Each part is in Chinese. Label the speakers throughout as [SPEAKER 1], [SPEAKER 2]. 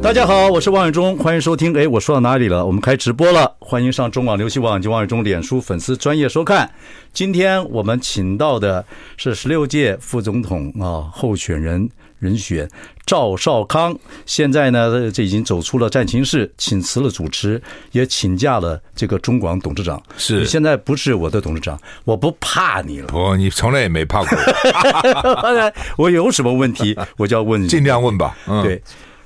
[SPEAKER 1] 大家好，我是王伟忠，欢迎收听。哎，我说到哪里了？我们开直播了，欢迎上中广流行网及王伟忠脸书粉丝专业收看。今天我们请到的是十六届副总统啊候选人人选赵少康，现在呢这已经走出了战情室，请辞了主持，也请假了这个中广董事长。
[SPEAKER 2] 是
[SPEAKER 1] 你现在不是我的董事长，我不怕你了。
[SPEAKER 2] 不，哦你从来也没 怕过，
[SPEAKER 1] 当然， 我有什么问题我就要 问你。
[SPEAKER 2] 尽量问吧。嗯，，
[SPEAKER 1] 对，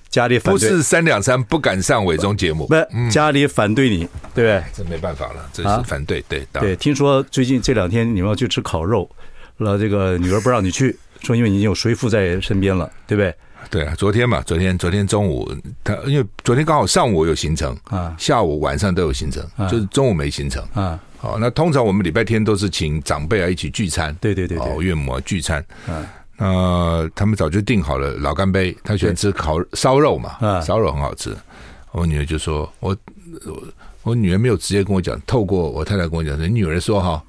[SPEAKER 1] 家里反
[SPEAKER 2] 不
[SPEAKER 1] 对
[SPEAKER 2] 是嗯三两三不敢上伟忠节目，
[SPEAKER 1] 不，家里反对你，对不对？
[SPEAKER 2] 这没办法了，这
[SPEAKER 1] 啊
[SPEAKER 2] 是反对，对，当
[SPEAKER 1] 对，
[SPEAKER 2] 然
[SPEAKER 1] 听说最近这两天你们要去吃烤肉，了这个女儿不让你去，说因为你已经有随父在身边了，对不对？
[SPEAKER 2] 对啊。昨天嘛，昨天昨天中午，他因为昨天刚好上午我有行程
[SPEAKER 1] 啊，
[SPEAKER 2] 下午晚上都有行程，就是中午没行程。
[SPEAKER 1] 啊，
[SPEAKER 2] 好，那通常我们礼拜天都是请长辈啊一起聚餐，
[SPEAKER 1] 对对对对
[SPEAKER 2] 哦，岳母啊聚餐，嗯。那他们早就定好了老干杯，他喜欢吃烤烧肉嘛，
[SPEAKER 1] 嗯
[SPEAKER 2] 烧肉很好吃。我女儿就说：“我我我女儿没有直接跟我讲，透过我太太跟我讲，你女儿说哈，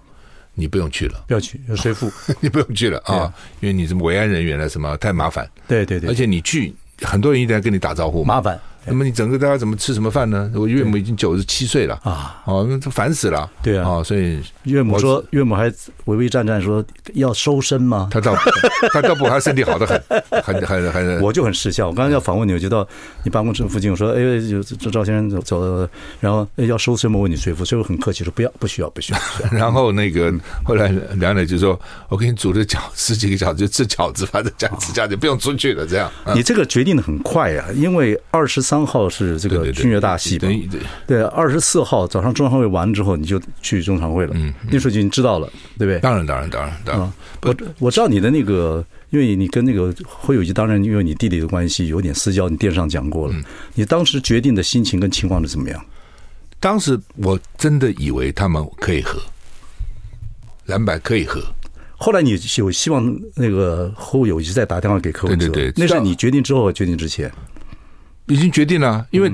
[SPEAKER 2] 你不用去 了，
[SPEAKER 1] 不要去，有随父。
[SPEAKER 2] 你不用去 了
[SPEAKER 1] 对
[SPEAKER 2] 啊，因为你什么维安人员了啊什么太麻烦，
[SPEAKER 1] 对对对，
[SPEAKER 2] 而且你去很多人一定要跟你打招呼嘛，
[SPEAKER 1] 麻烦。
[SPEAKER 2] 那么你整个大家怎么吃什么饭呢？我岳母已经九十七岁了
[SPEAKER 1] 啊，
[SPEAKER 2] 哦，那烦死了。
[SPEAKER 1] 对啊
[SPEAKER 2] 哦，所以
[SPEAKER 1] 岳母说，岳母还畏畏战战说要收身吗？
[SPEAKER 2] 他倒他倒不，他身体好的很，很很很。
[SPEAKER 1] 我就很识相，我刚刚要访问你，我就到你办公室附近，我说：“哎，有赵赵先生走走，然后哎要收身吗？”我问你随父，随父很客气说：“不要，不需要，不需要。不需要
[SPEAKER 2] 然后那个后来梁磊就说：“我给你煮了饺十几个小时，就吃饺子吧，在家吃饺子，不用出去了。”这样，”
[SPEAKER 1] 你这个决定的很快呀、因为二十三号是这
[SPEAKER 2] 对
[SPEAKER 1] 个
[SPEAKER 2] 对对
[SPEAKER 1] 军乐大戏嘛
[SPEAKER 2] 等于
[SPEAKER 1] 对，二十四号早上中常会完了之后，你就去中常会了。嗯，那时候已经知道了，对不对？
[SPEAKER 2] 当然当然当然当然
[SPEAKER 1] 啊，，我我知道你的那个，因为你跟那个会友谊，当然因为你弟弟的关系有点私交，你电视上讲过了。
[SPEAKER 2] 嗯
[SPEAKER 1] 你当时决定的心情跟情况是怎么样？
[SPEAKER 2] 当时我真的以为他们可以和蓝白可以和，
[SPEAKER 1] 后来你有希望那个侯友谊再打电话给柯文哲，
[SPEAKER 2] 对对对
[SPEAKER 1] 那是
[SPEAKER 2] 像
[SPEAKER 1] 你决定之后决定之前，
[SPEAKER 2] 已经决定了，因为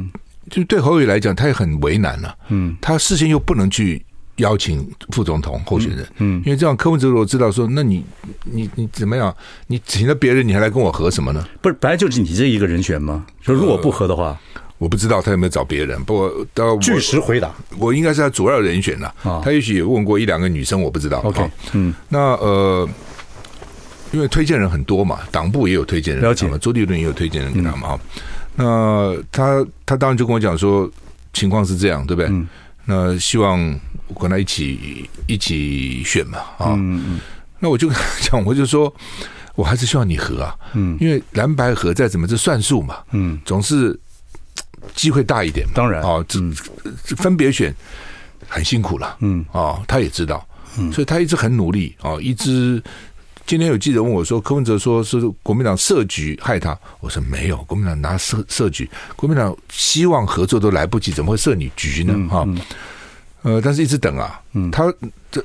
[SPEAKER 2] 就对侯友宜来讲，他也很为难了、嗯，他事先又不能去邀请副总统候选人，嗯，因为这样柯文哲如果知道说，那你你你怎么样？你请了别人，你还来跟我和什么呢？
[SPEAKER 1] 不是本来就是你这一个人选吗？说如果不合的话，
[SPEAKER 2] 我不知道他有没有找别人，不过到呃我哦
[SPEAKER 1] 据实回答。
[SPEAKER 2] 我应该是他主要人选了、
[SPEAKER 1] 啊
[SPEAKER 2] 他也许也问过一两个女生，我不知道。
[SPEAKER 1] OK，嗯
[SPEAKER 2] 啊那呃，因为推荐人很多嘛，党部也有推荐人，
[SPEAKER 1] 了解嗯
[SPEAKER 2] 嘛，朱立伦也有推荐人给他们啊、那他他当然就跟我讲说，情况是这样，对不对？
[SPEAKER 1] 嗯
[SPEAKER 2] 那希望我跟他一起一起选嘛啊。
[SPEAKER 1] 嗯
[SPEAKER 2] 那我就跟他讲，我就说。我还是希望你和啊，嗯，因为蓝白和再怎么这算数嘛，嗯，总是机会大一点嘛，
[SPEAKER 1] 当然嗯
[SPEAKER 2] 哦，这这分别选很辛苦了，嗯，哦，他也知道，
[SPEAKER 1] 嗯
[SPEAKER 2] 所以他一直很努力，哦，一直。今天有记者问我说，柯文哲说是国民党设局害他，我说没有，国民党拿设设局，国民党希望合作都来不及，怎么会设你局呢？
[SPEAKER 1] 嗯
[SPEAKER 2] 哈、呃，但是一直等啊，他这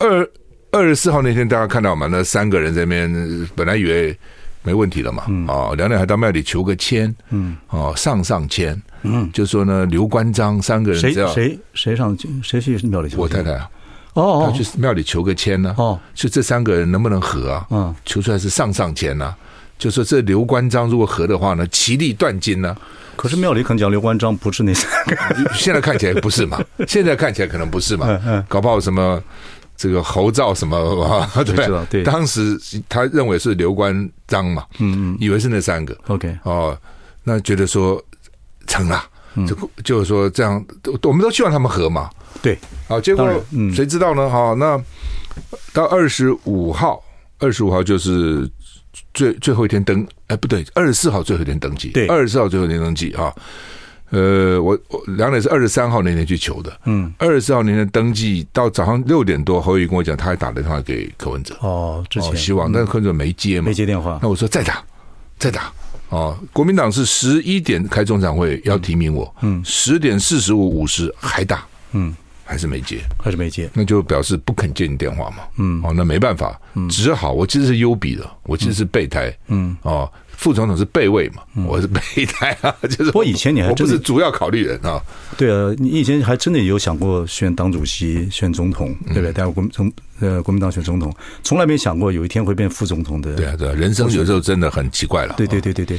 [SPEAKER 2] 二二十四号那天大家看到嘛，那三个人在那边本来以为没问题了嘛，
[SPEAKER 1] 嗯
[SPEAKER 2] 哦，梁亮还到庙里求个签，嗯，哦，上上签，嗯，就说呢，刘关张三个人
[SPEAKER 1] 谁
[SPEAKER 2] 只要
[SPEAKER 1] 谁谁上谁去庙里去？
[SPEAKER 2] 我太太啊，
[SPEAKER 1] 哦哦
[SPEAKER 2] 他去庙里求个签呢、
[SPEAKER 1] 哦
[SPEAKER 2] 就这三个人能不能和啊？
[SPEAKER 1] 嗯
[SPEAKER 2] 求出来是上上签呐、就说这刘关张如果和的话呢，其利断金呢、
[SPEAKER 1] 可是庙里可能讲刘关张不是那三个，
[SPEAKER 2] 现在看起来不是嘛？现在看起来可能不是嘛？搞不好什么这个侯兆什么， 对不
[SPEAKER 1] 知道对
[SPEAKER 2] 当时他认为是刘关张嘛，嗯嗯，以为是那三个
[SPEAKER 1] OK
[SPEAKER 2] 哦，那觉得说成了，就就是说这样，都我们都希望他们和嘛，
[SPEAKER 1] 对，
[SPEAKER 2] 好，结果
[SPEAKER 1] 当然嗯
[SPEAKER 2] 谁知道呢？哈、那到二十五号，二十五号就是最最后一天登，哎，不对，二十四号最后一天登记，
[SPEAKER 1] 对
[SPEAKER 2] 二十四号最后一天登记啊。呃，我我梁磊是二十三号那天去求的，嗯，二十四号那天登记到早上六点多，侯友宜跟我讲，他还打了电话给柯文哲，
[SPEAKER 1] 哦，之前
[SPEAKER 2] 哦，希望，但是柯文哲没接嘛，
[SPEAKER 1] 没接电话
[SPEAKER 2] 那我说再打，再打。哦，国民党是十一点开中常会要提名我，嗯，十点四十五五十还打，
[SPEAKER 1] 嗯，
[SPEAKER 2] 还是没接，
[SPEAKER 1] 还是没接，
[SPEAKER 2] 那就表示不肯接你电话嘛，嗯，哦，那没办法，
[SPEAKER 1] 嗯
[SPEAKER 2] 只好我其实是优比的，我其实是备胎，嗯，哦，副总统是备位嘛，我是备胎啊，就是
[SPEAKER 1] 嗯过以前你还
[SPEAKER 2] 我不
[SPEAKER 1] 真的
[SPEAKER 2] 是主要考虑人啊，
[SPEAKER 1] 对啊，你以前还真的有想过选党主席、选总统，对不
[SPEAKER 2] 嗯
[SPEAKER 1] 对？待会国民从呃国民党选总统，从来没想过有一天会变副总统的。
[SPEAKER 2] 对啊，对啊，人生有时候真的很奇怪了，
[SPEAKER 1] 对对对对对。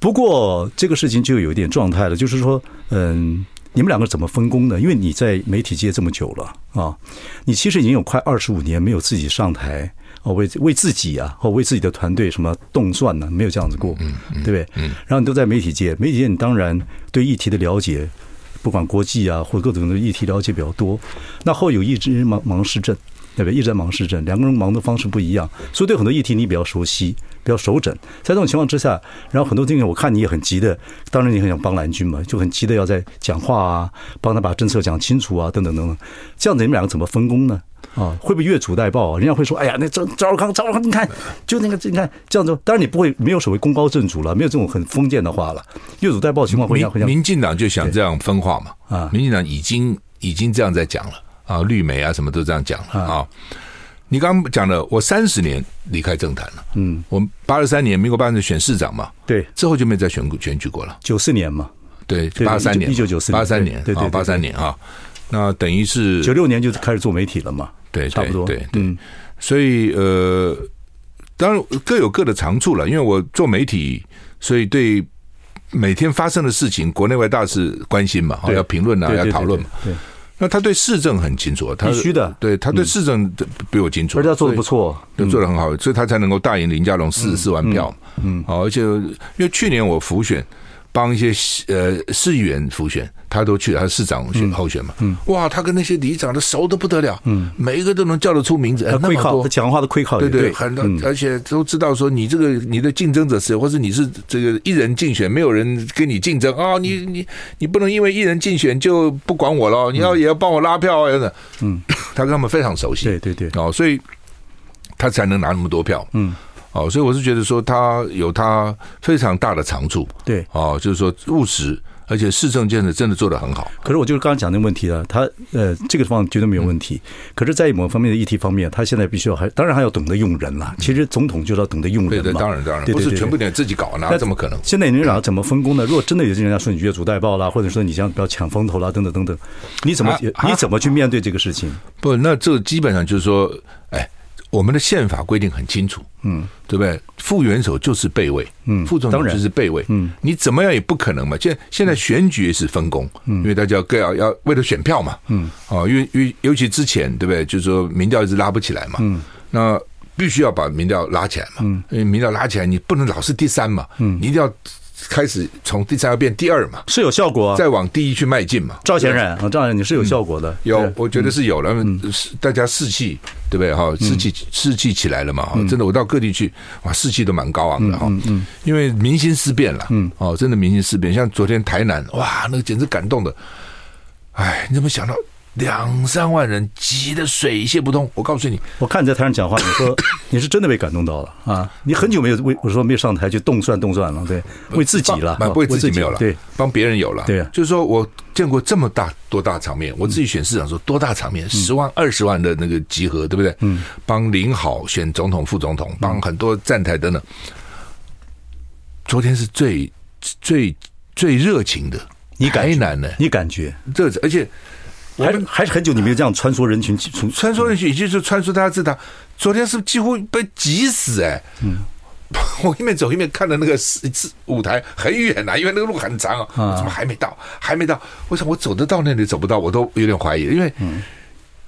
[SPEAKER 1] 不过这个事情就有一点状态了，就是说，嗯，你们两个怎么分工呢？因为你在媒体界这么久了啊，你其实已经有快二十五年没有自己上台。哦，为为自己啊，或为自己的团队什么动算呢、没有这样子过，对不对？然后你都在媒体界，媒体界你当然对议题的了解不管国际啊或各种的议题了解比较多。那后有一直忙忙市政，对不对？一直在忙市政，两个人忙的方式不一样，所以对很多议题你比较熟悉，比较熟整。在这种情况之下，然后很多这个我看你也很急的，当然你很想帮蓝军嘛，就很急的要在讲话啊，帮他把政策讲清楚啊，等等等等。这样子你们两个怎么分工呢？啊，会不会越俎代庖啊？人家会说，哎呀，那赵赵少康，赵少康，你看，就那个，你看这样子。当然你不会没有所谓功高震主了，没有这种很封建的话了。越俎代庖的情况会这
[SPEAKER 2] 啊民
[SPEAKER 1] 样会这样
[SPEAKER 2] 民进党就想这样分化嘛，
[SPEAKER 1] 啊
[SPEAKER 2] 民进党已经已经这样在讲了啊，绿媒啊什么都这样讲了啊。你刚刚讲了，我三十年离开政坛了，嗯，我八十三年民国八十年选市长嘛，
[SPEAKER 1] 对，
[SPEAKER 2] 之后就没再选过选举过了，
[SPEAKER 1] 九四年嘛，
[SPEAKER 2] 对，
[SPEAKER 1] 对
[SPEAKER 2] 八三年，
[SPEAKER 1] 1994
[SPEAKER 2] 八三年，
[SPEAKER 1] 对对对
[SPEAKER 2] 八三年啊，那等于是
[SPEAKER 1] 九六年就开始做媒体了嘛，
[SPEAKER 2] 对，
[SPEAKER 1] 差不多，
[SPEAKER 2] 对对对
[SPEAKER 1] 嗯
[SPEAKER 2] 所以呃，当然各有各的长处了。因为我做媒体，所以对每天发生的事情，国内外大事关心嘛，哦
[SPEAKER 1] 对
[SPEAKER 2] 要评论啊，
[SPEAKER 1] 对对
[SPEAKER 2] 要
[SPEAKER 1] 对
[SPEAKER 2] 讨论嘛。
[SPEAKER 1] 对，对
[SPEAKER 2] 那他对市政很清楚，他
[SPEAKER 1] 必须的嗯
[SPEAKER 2] 对他对市政的比我清楚，
[SPEAKER 1] 而且他做的不
[SPEAKER 2] 错，
[SPEAKER 1] 错，
[SPEAKER 2] 对做的很好，所以他才能够大赢林佳龙四十四万票。嗯，好，而且因为去年我浮选。帮一些呃市议员浮选，他都去，他市长选候选嘛，嗯，哇，他跟那些里长都熟的不得了，嗯，每一个都能叫得出名字，哎
[SPEAKER 1] 他
[SPEAKER 2] 那
[SPEAKER 1] 亏
[SPEAKER 2] 么
[SPEAKER 1] 呃靠，
[SPEAKER 2] 多
[SPEAKER 1] 他，讲话的亏靠也
[SPEAKER 2] 对嗯
[SPEAKER 1] 对，
[SPEAKER 2] 很多，而且都知道说你这个你的竞争者是，或者你是这个一人竞选，没有人跟你竞争啊、你你你不能因为一人竞选就不管我了，你要也要帮我拉票啊，等嗯，他跟他们非常熟悉，
[SPEAKER 1] 对对对，
[SPEAKER 2] 哦，所以他才能拿那么多票，
[SPEAKER 1] 嗯，
[SPEAKER 2] 哦，所以我是觉得说他有他非常大的长处，
[SPEAKER 1] 对。
[SPEAKER 2] 哦，就是说务实，而且市政建设真的做得很好，
[SPEAKER 1] 可是我就是刚刚讲那个问题啊，他呃这个地方绝对没有问题。
[SPEAKER 2] 嗯
[SPEAKER 1] 可是，在某方面的议题方面，他现在必须要还当然还要懂得用人啦。其实总统就是要懂得用
[SPEAKER 2] 对
[SPEAKER 1] 人
[SPEAKER 2] 嗯对，
[SPEAKER 1] 嘛，
[SPEAKER 2] 当然当然，
[SPEAKER 1] 对
[SPEAKER 2] 不
[SPEAKER 1] 对
[SPEAKER 2] 是
[SPEAKER 1] 对
[SPEAKER 2] 全
[SPEAKER 1] 对
[SPEAKER 2] 部得自己搞，哪
[SPEAKER 1] 那
[SPEAKER 2] 怎么可能？
[SPEAKER 1] 现在你们俩怎么分工呢？如果真的有些人家说你越俎代庖啦，或者说你这样不要抢风头啦，等等等等，你怎么、
[SPEAKER 2] 啊啊
[SPEAKER 1] 你怎么去面对这个事情？
[SPEAKER 2] 不，那这个基本上就是说，哎，我们的宪法规定很清楚，嗯，对不对？副元首就是备位，嗯副总
[SPEAKER 1] 当
[SPEAKER 2] 统
[SPEAKER 1] 然
[SPEAKER 2] 就是备位，嗯，你怎么样也不可能嘛。现现在选举也是分工，嗯，因为大家各要要为了选票嘛，嗯，哦，因为因为尤其之前对不对？就是说民调一直拉不起来嘛，嗯，那。必须要把民调拉起来嘛，嗯，因为民调拉起来，你不能老是第三嘛，嗯，你一定要开始从第三要变第二嘛，
[SPEAKER 1] 是有效果啊，
[SPEAKER 2] 再往第一去迈进嘛。
[SPEAKER 1] 赵先生啊，赵先生你是
[SPEAKER 2] 嗯
[SPEAKER 1] 有效果的，
[SPEAKER 2] 有
[SPEAKER 1] 对，
[SPEAKER 2] 我觉得是有了，是大家士气对不对哈？士气士气起来了嘛哈！真的，我到各地去，哇，士气都蛮高昂的哈。因为民心思变了，哦，真的民心思变。像昨天台南，哇，那个简直感动的，哎，你怎么想到两三万人急得水泄不通？我告诉你，
[SPEAKER 1] 我看你在台上讲话，你 说你是真的被感动到了啊！你很久没有为我说没有上台去动算动算了，对，为自己了，
[SPEAKER 2] 帮
[SPEAKER 1] 啊
[SPEAKER 2] 不为自己没有了，
[SPEAKER 1] 对，，
[SPEAKER 2] 帮别人有了。
[SPEAKER 1] 对啊嗯
[SPEAKER 2] 就是说我见过这么大多大场面，我自己选市长说多大场面，十万二十万的那个集合，对不对？嗯，帮领好选总统、副总
[SPEAKER 1] 嗯
[SPEAKER 2] 统，帮很多站台等等。昨天是最最最热情的，
[SPEAKER 1] 你感觉
[SPEAKER 2] 台南呢
[SPEAKER 1] 你感觉
[SPEAKER 2] 热情，而且我
[SPEAKER 1] 还
[SPEAKER 2] 们
[SPEAKER 1] 是还是很久你没有这样穿梭人群出，
[SPEAKER 2] 穿梭人群，也就是穿梭大家知道，昨天是几乎被挤死哎、嗯。我一面走一面看着那个是是舞台很远呐、因为那个路很长啊，我怎么还没到？还没到？我想我走得到那里走不到，我都有点怀疑，因为
[SPEAKER 1] 嗯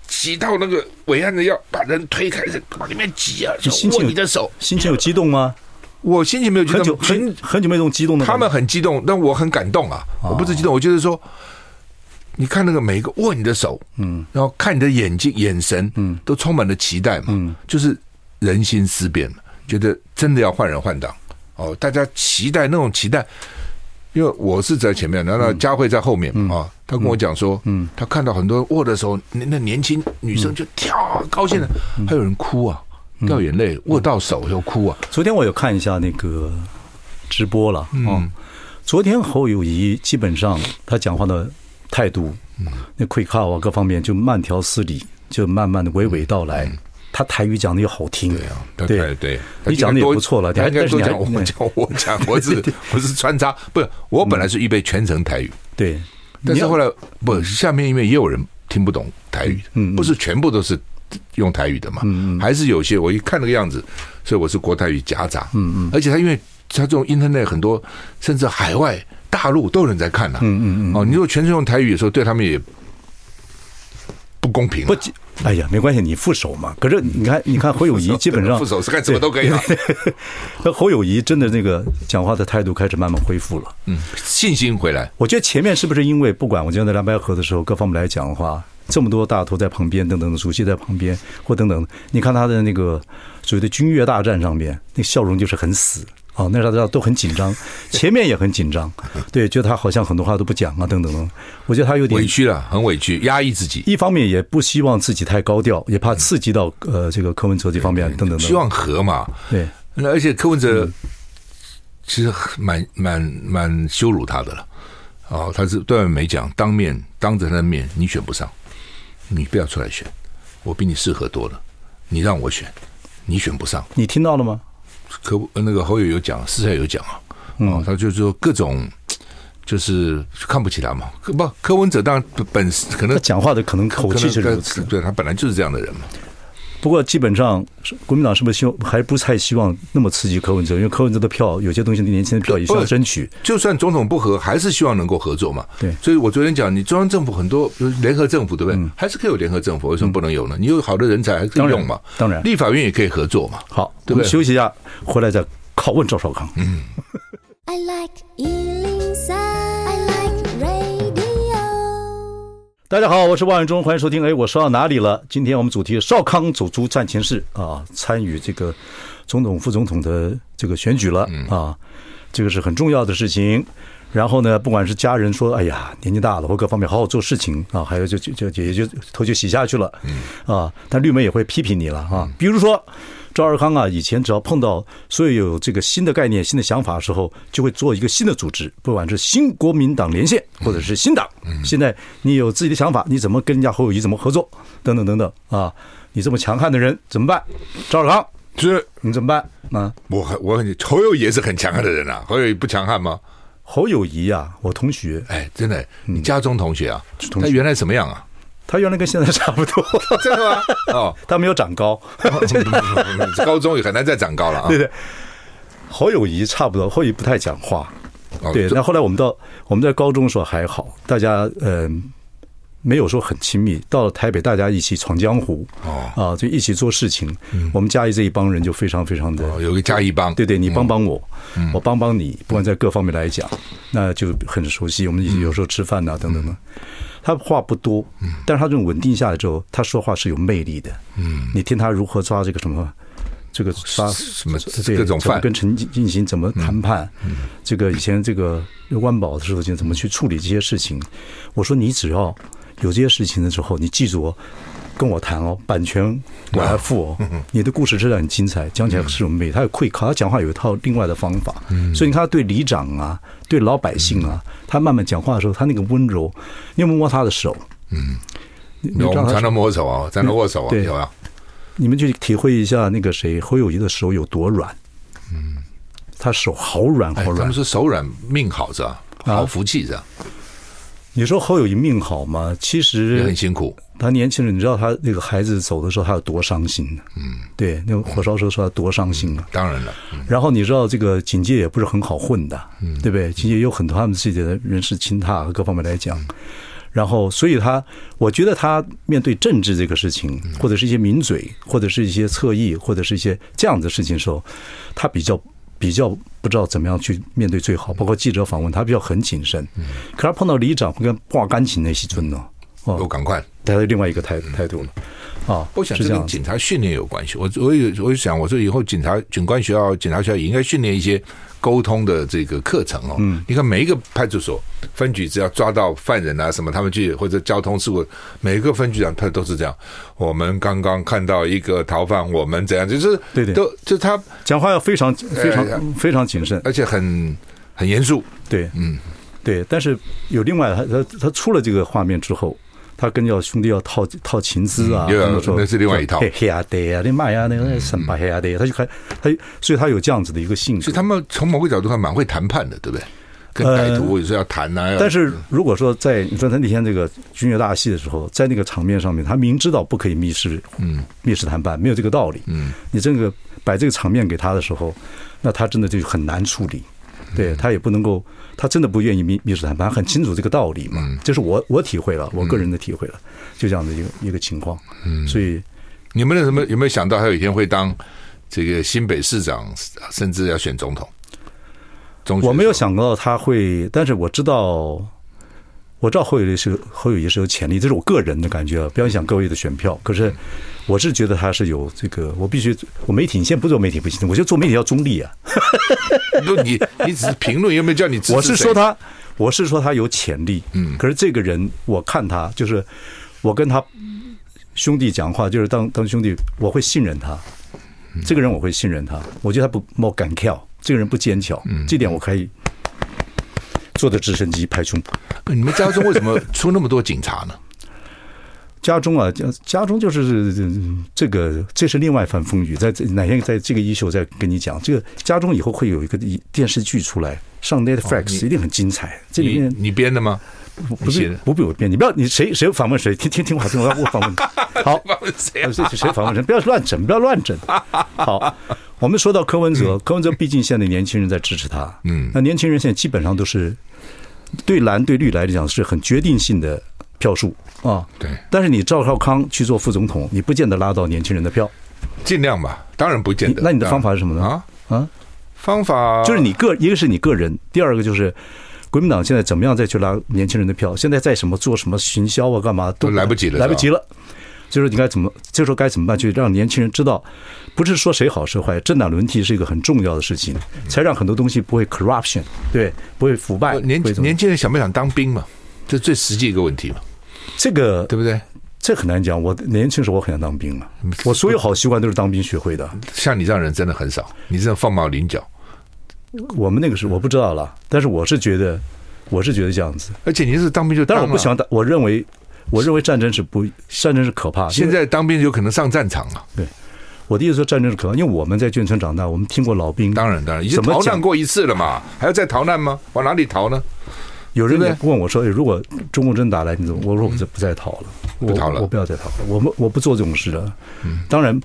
[SPEAKER 2] 挤到那个伟岸的要把人推开，往里面挤啊，就
[SPEAKER 1] 心情
[SPEAKER 2] 握
[SPEAKER 1] 有
[SPEAKER 2] 你的手。
[SPEAKER 1] 心情有激动吗？
[SPEAKER 2] 我心情没有激
[SPEAKER 1] 很久
[SPEAKER 2] 动，群
[SPEAKER 1] 很很久没有这种激动的感觉，
[SPEAKER 2] 他们很激动，但我很感动啊！我不是激动，我就是说，你看那个每一个握你的手，嗯，然后看你的眼睛、眼神，嗯，都充满了期待嘛，嗯，就是人心思变嘛，觉得真的要换人换党哦，大家期待那种期待。因为我是在前面，然后佳慧在后面嘛啊，他跟我讲说，嗯，他看到很多人握的时候，那那年轻女生就跳，高兴的，还嗯有人哭啊，掉眼泪，握到手又哭啊，
[SPEAKER 1] 昨天我有看一下那个直播了
[SPEAKER 2] 嗯
[SPEAKER 1] 啊、昨天侯友谊基本上他讲话的态度，
[SPEAKER 2] 嗯
[SPEAKER 1] 那 quick call 啊各方面就慢条斯理，就慢慢的娓娓道来。他台语讲的又好听，
[SPEAKER 2] 嗯对啊，对对对，
[SPEAKER 1] 你讲的也不错了，
[SPEAKER 2] 他应该
[SPEAKER 1] 但是
[SPEAKER 2] 多
[SPEAKER 1] 你还哎
[SPEAKER 2] 讲我
[SPEAKER 1] 对
[SPEAKER 2] 讲我讲，我只我是穿插，不是我本来是预备全程台语，
[SPEAKER 1] 对，你
[SPEAKER 2] 但是
[SPEAKER 1] 要
[SPEAKER 2] 后来不，下面因为也有人听不懂台语，
[SPEAKER 1] 嗯
[SPEAKER 2] 不是全部都是用台语的嘛，还是有些我一看那个样子，所以我是国台语夹杂，嗯嗯，而且他因为他这种 internet 很多，甚至海外大陆都有人在看呐、嗯嗯嗯，哦，你如果全是用台语的时候，对他们也不公平啊、
[SPEAKER 1] 不，哎呀，没关系，你副手嘛。可是你 看，你看侯友谊基本上
[SPEAKER 2] 副手是干什么都可以啊，
[SPEAKER 1] 那侯友谊真的那个讲话的态度开始慢慢恢复了。
[SPEAKER 2] 嗯，信心回来，
[SPEAKER 1] 我觉得前面是不是因为不管我今天在蓝白河的时候，各方面来讲的话，这么多大头在旁边，等等的主席在旁边，或等等，你看他的那个所谓的军乐大战上面，那笑容就是很死。啊，那时候大家都很紧 张，前面也很紧张，对，觉得他好像很多话都不讲啊，等啊等等。我觉得他有点
[SPEAKER 2] 委屈了，很委屈，压抑自己，
[SPEAKER 1] 一方面也不希望自己太高调，也怕刺激到呃这个柯文哲这方面等等等。
[SPEAKER 2] 希望和嘛，
[SPEAKER 1] 对，
[SPEAKER 2] 那而且柯文哲
[SPEAKER 1] 嗯
[SPEAKER 2] 其实很蛮蛮蛮羞辱他的了，哦，他是对外没讲，当面当着他的面，你选不上，你不要出来选，我比你适合多了，你让我选，你选不上，
[SPEAKER 1] 你听到了吗？
[SPEAKER 2] 可那个侯友有讲，私下有讲啊，
[SPEAKER 1] 嗯
[SPEAKER 2] 哦，他就说各种。就是看不起他嘛，柯不柯文哲当然本可能
[SPEAKER 1] 他讲话的可能口
[SPEAKER 2] 可
[SPEAKER 1] 气是
[SPEAKER 2] 能
[SPEAKER 1] 如此。
[SPEAKER 2] 对他本来就是这样的人嘛，
[SPEAKER 1] 不过基本上，国民党是不是希望还不太希望那么刺激柯文哲？因为柯文哲的票，有些东西年轻人的票也需要争取。
[SPEAKER 2] 就算总统不和，还是希望能够合作嘛。
[SPEAKER 1] 对
[SPEAKER 2] 所以我昨天讲，你中央政府很多就是联合政府，对不对？还是可以有联合政府，为什么不能有呢？你有好的人才还可以
[SPEAKER 1] 当然
[SPEAKER 2] 用嘛。
[SPEAKER 1] 当然
[SPEAKER 2] 立法院也可以合作嘛。
[SPEAKER 1] 好，
[SPEAKER 2] 对
[SPEAKER 1] 我
[SPEAKER 2] 不
[SPEAKER 1] 们
[SPEAKER 2] 对嗯
[SPEAKER 1] 休息一下，回来再拷问赵少康。
[SPEAKER 3] I like Ealing Sound. I like radio.
[SPEAKER 1] 大家好，我是万永忠，欢迎收听。哎，我说到哪里了？今天我们主题是少康走出战前室啊，参与这个总统、副总统的这个选举了
[SPEAKER 2] 嗯
[SPEAKER 1] 啊，这个是很重要的事情。然后呢，不管是家人说，哎呀，年纪大了或各方面好好做事情啊，还有就就就也就头就洗下去了，啊，但绿媒也会批评你了啊。比如说赵二康啊，以前只要碰到所有有这个新的概念、新的想法的时候，就会做一个新的组织，不管是新国民党连线或者是新党。现在你有自己的想法，你怎么跟人家侯友谊怎么合作，等等等等啊，你这么强悍的人怎么办？赵二康，
[SPEAKER 2] 就是
[SPEAKER 1] 你怎么办？啊，
[SPEAKER 2] 我很我很侯友宜也是很强悍的人啊，侯友宜不强悍吗？
[SPEAKER 1] 侯友谊啊，我同学，
[SPEAKER 2] 哎，真的，你家中同学啊，
[SPEAKER 1] 同
[SPEAKER 2] 他
[SPEAKER 1] 学
[SPEAKER 2] 原来什么样啊？
[SPEAKER 1] 他原来跟现在差不多，
[SPEAKER 2] 真的吗？哦，
[SPEAKER 1] 他没有长高。
[SPEAKER 2] 高中也很难再长高了啊
[SPEAKER 1] 对。对，侯友谊差不多，侯友谊不太讲话。
[SPEAKER 2] 哦
[SPEAKER 1] 对，
[SPEAKER 2] 这
[SPEAKER 1] 那后来我们到我们在高中的时候还好，大家嗯、没有说很亲密。到了台北，大家一起闯江湖，
[SPEAKER 2] 哦嗯
[SPEAKER 1] 啊，就一起做事情。我们嘉义这一帮人就非常非常的，
[SPEAKER 2] 哦嗯有个嘉义帮，
[SPEAKER 1] 对对，你帮帮我，我帮帮你，不管在各方面来讲，那就很熟悉。我们一
[SPEAKER 2] 嗯
[SPEAKER 1] 起有时候吃饭呐、等等的。他话不多，但是他这种稳定下来之后，他说话是有魅力的。嗯，你听他如何抓这个什么，这
[SPEAKER 2] 哦
[SPEAKER 1] 个抓
[SPEAKER 2] 什么
[SPEAKER 1] 对
[SPEAKER 2] 各种嗯
[SPEAKER 1] 怎么
[SPEAKER 2] 饭
[SPEAKER 1] 跟陈进行怎么谈判，这个以前这个湾宝的时候，就怎么去处理这些事情。我说你只要有这些事情的时候，你记住哦，跟我谈哦，版权我来付哦。你的故事真的很精彩，讲
[SPEAKER 2] 嗯
[SPEAKER 1] 起来是有魅力，他有愧靠，他讲话有一套另外的方法。所以你看他对里长啊，对老百姓啊，
[SPEAKER 2] 嗯
[SPEAKER 1] 他慢慢讲话的时候，他那个温柔，你有没有摸他的手？嗯，你
[SPEAKER 2] 我
[SPEAKER 1] 知道
[SPEAKER 2] 们
[SPEAKER 1] 他
[SPEAKER 2] 常常摸手啊，常常握手啊，
[SPEAKER 1] 对
[SPEAKER 2] 有啊。
[SPEAKER 1] 你们去体会一下那个谁侯友谊的手有多软。嗯，他手好软
[SPEAKER 2] 哎，
[SPEAKER 1] 好
[SPEAKER 2] 他
[SPEAKER 1] 软
[SPEAKER 2] 们。说手软命好是吧？好福气是吧？
[SPEAKER 1] 你说侯友谊命好吗？其
[SPEAKER 2] 也
[SPEAKER 1] 实
[SPEAKER 2] 很辛苦。
[SPEAKER 1] 他年轻人，你知道他那个孩子走的时候他有多伤心呢？嗯，对，那个火烧时候说他多伤心啊。
[SPEAKER 2] 当然了，
[SPEAKER 1] 然后你知道这个警界也不是很好混的，对不对？警界有很多他们自己的人事倾踏和各方面来讲。然后，所以他，我觉得他面对政治这个事情，或者是一些名嘴，或者是一些侧翼，或者是一些这样的事情的时候，他比较比较不知道怎么样去面对最好。包括记者访问，他比较很谨慎。可他碰到里长跟挂钢琴那些尊呢，
[SPEAKER 2] 我赶快。
[SPEAKER 1] 他有另外一个态态度了。啊，
[SPEAKER 2] 我想
[SPEAKER 1] 是这
[SPEAKER 2] 这跟
[SPEAKER 1] 样子。
[SPEAKER 2] 警察训练有关系。我我有我有想，我说以后警察警官学校、警察学校也应该训练一些沟通的这个课程哦。嗯，你看每一个派出所分局只要抓到犯人啊什么，他们去或者交通事故，每一个分局长他都是这样。我们刚刚看到一个逃犯，我们怎样，就是
[SPEAKER 1] 对对
[SPEAKER 2] 都就是他，
[SPEAKER 1] 讲话要非常非
[SPEAKER 2] 哎
[SPEAKER 1] 常非常谨慎。
[SPEAKER 2] 而且很很严肃。
[SPEAKER 1] 对，嗯，对。但是有另外，他他他出了这个画面之后，他跟要兄弟要套套情资啊，
[SPEAKER 2] 嗯又要
[SPEAKER 1] 他们说
[SPEAKER 2] 那是另外一套嗯
[SPEAKER 1] 嘿嘿呀对呀，你妈呀，那个什么嘿呀对呀，他就开他，所以他有这样子的一个性
[SPEAKER 2] 所
[SPEAKER 1] 格
[SPEAKER 2] 以。他们从某个角度看蛮会谈判的，对不对？跟歹徒有时候要谈啊呐、要
[SPEAKER 1] 呃但是如果说在你说他那天这个军乐大戏的时候，在那个场面上面，他明知道不可以密室，嗯，密室谈判没有这个道理，嗯，你这个摆这个场面给他的时候，那他真的就很难处理，对他也不能够，他真的不愿意密密室谈判，很清楚这个道理嘛，这是我我体会了，我个人的体会了，就这样的一个一个情况，嗯，所以
[SPEAKER 2] 你们有什么有没有想到，他有一天会当这个新北市长，甚至要选总统？中学
[SPEAKER 1] 我没有想到他会，但是我知道，我知道侯友谊是侯友谊是有潜力，这是我个人的感觉，啊，不要影响各位的选票。可是我是觉得他是有这个，我必须我媒体，你现在不做媒体不行，我觉得做媒体要中立啊。
[SPEAKER 2] 的 时候，不你你只是评论，有没有叫你支持谁？
[SPEAKER 1] 我是说他，我是说他有潜力，嗯，可是这个人，我看他就是我跟他兄弟讲话，就是当当兄弟，我会信任他，这个人我会信任他，我觉得他不冒敢跳，这个人不坚强，这点我可以坐着直升机拍胸脯。
[SPEAKER 2] 你们家中为什么出那么多警察呢？
[SPEAKER 1] 家中啊，家家中就是嗯这个，这是另外一番风雨。在这哪天在这个一秀再跟你讲，这个家中以后会有一个一电视剧出来，上 Netflix 一定很精彩。 这里
[SPEAKER 2] 你
[SPEAKER 1] 面
[SPEAKER 2] 你编 的吗？
[SPEAKER 1] 不
[SPEAKER 2] 写
[SPEAKER 1] 是
[SPEAKER 2] 的
[SPEAKER 1] 不必我编，你不要你谁谁访问谁，听听听我听我我访 问你。好，
[SPEAKER 2] 谁啊
[SPEAKER 1] 呃谁谁访问谁，不要乱整，不要乱 整。好，我们说到柯文
[SPEAKER 2] 嗯
[SPEAKER 1] 哲，柯文哲毕竟现在年轻人在支持他，嗯，那年轻人现在基本上都是对蓝对绿来讲是很决定性的票数啊，
[SPEAKER 2] 对
[SPEAKER 1] 但是你赵少康去做副总统，你不见得拉到年轻人的票，
[SPEAKER 2] 尽量吧，当然不见
[SPEAKER 1] 你
[SPEAKER 2] 得。
[SPEAKER 1] 那你的方法是什么呢？
[SPEAKER 2] 啊？
[SPEAKER 1] 啊，
[SPEAKER 2] 方法
[SPEAKER 1] 就是你个，一个是你个人，第二个就是。国民党现在怎么样再去拉年轻人的票？现在在什么做什么行销啊，干嘛都
[SPEAKER 2] 都来不及了
[SPEAKER 1] 来不及了。就是你该怎么，这时候该怎么办？去让年轻人知道，不是说谁好谁坏，政党轮替是一个很重要的事情，
[SPEAKER 2] 嗯
[SPEAKER 1] 才让很多东西不会 corruption，对，不会腐败。
[SPEAKER 2] 呃年
[SPEAKER 1] 不哎会怎么
[SPEAKER 2] 年轻人想不想当兵嘛？这最实际一个问题嘛，
[SPEAKER 1] 这个
[SPEAKER 2] 对不对？
[SPEAKER 1] 这很难讲。我年轻时候我很想当兵啊，
[SPEAKER 2] 嗯
[SPEAKER 1] 我所有好习惯都是当兵学会的。
[SPEAKER 2] 像你这样人真的很少，你这样凤毛麟角。
[SPEAKER 1] 我们那个时候我不知道了，但是我是觉得，我是觉得这样子。
[SPEAKER 2] 而且你是当兵就
[SPEAKER 1] 但
[SPEAKER 2] 当了，
[SPEAKER 1] 是我不喜欢打，我认为，我认为战争是不战争是可怕。
[SPEAKER 2] 现在当兵有可能上战场啊，
[SPEAKER 1] 对，我的意思说战争是可怕，因为我们在眷村长大，我们听过老兵。
[SPEAKER 2] 当然当然，已经
[SPEAKER 1] 怎么
[SPEAKER 2] 逃
[SPEAKER 1] 讲
[SPEAKER 2] 难过一次了嘛，还要再逃难吗？往哪里逃呢？
[SPEAKER 1] 有人
[SPEAKER 2] 对
[SPEAKER 1] 也
[SPEAKER 2] 不
[SPEAKER 1] 问我说：“哎，如果中共真打来，你怎么？”我说：“我这不再逃了，我
[SPEAKER 2] 逃了嗯
[SPEAKER 1] 我不要再逃了，我们我不做这种事了。”当然，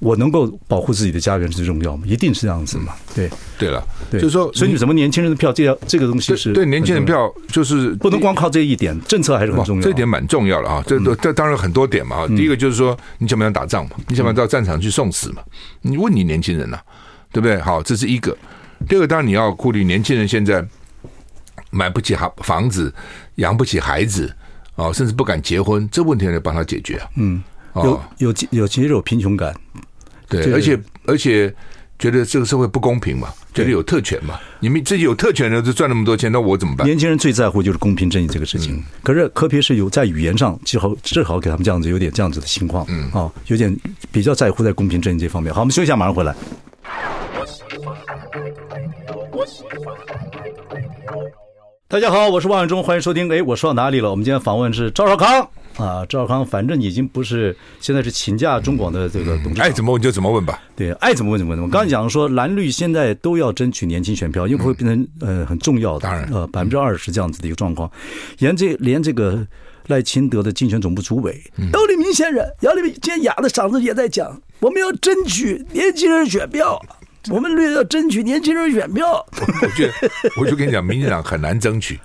[SPEAKER 1] 我能够保护自己的家园是最重要嘛，一定是这样子嘛。对，
[SPEAKER 2] 对了，
[SPEAKER 1] 对，
[SPEAKER 2] 嗯就是说，
[SPEAKER 1] 所以你怎么年轻人的票，这要这个东西是
[SPEAKER 2] 对对年轻人
[SPEAKER 1] 很重要，
[SPEAKER 2] 票就是
[SPEAKER 1] 不能光靠这一点，政策还是很
[SPEAKER 2] 哇
[SPEAKER 1] 重要。嗯
[SPEAKER 2] 这一点蛮重要了啊。这这当然很多点嘛啊。第一个就是说，你想不想打仗嘛？你想不想到战场去送死嘛？你问你年轻人呐、啊对不对？好，这是一个。第二个，当然你要顾虑年轻人现在买不起房房子，养不起孩子啊，甚至不敢结婚，这问题要帮他解决啊。嗯，
[SPEAKER 1] 有有有其实有贫穷感，这
[SPEAKER 2] 对，
[SPEAKER 1] 个
[SPEAKER 2] 而且而且觉得这个社会不公平嘛，觉得有特权嘛，你们自己有特权的就赚那么多钱，那我怎么办？
[SPEAKER 1] 年轻人最在乎就是公平正义这个事情。可是柯皮是有在语言上，至少至少给他们这样子有点这样子的情况，嗯，哦，有点比较在乎在公平正义这方面。好，我们休息一下，马上回来。大家好，我是王永忠，欢迎收听。哎，我说到哪里了？我们今天访问是赵少康啊，赵少康，反正已经不是现在是勤假中广的这个董事长。
[SPEAKER 2] 哎爱怎么问就怎么问吧。
[SPEAKER 1] 对，爱怎么问怎么问。我刚才讲说，蓝绿现在都要争取年轻选票，因为会变成呃很重要的，
[SPEAKER 2] 嗯当然
[SPEAKER 1] 呃百分之二十这样子的一个状况。连这连这个赖清德的竞选总部主委
[SPEAKER 2] 嗯
[SPEAKER 1] 姚立明先生，姚立明今天哑着嗓子也在讲，我们要争取年轻人选票，我们绿要争取年轻人选票。
[SPEAKER 2] 我觉得，我就跟你讲，民进党很难争取。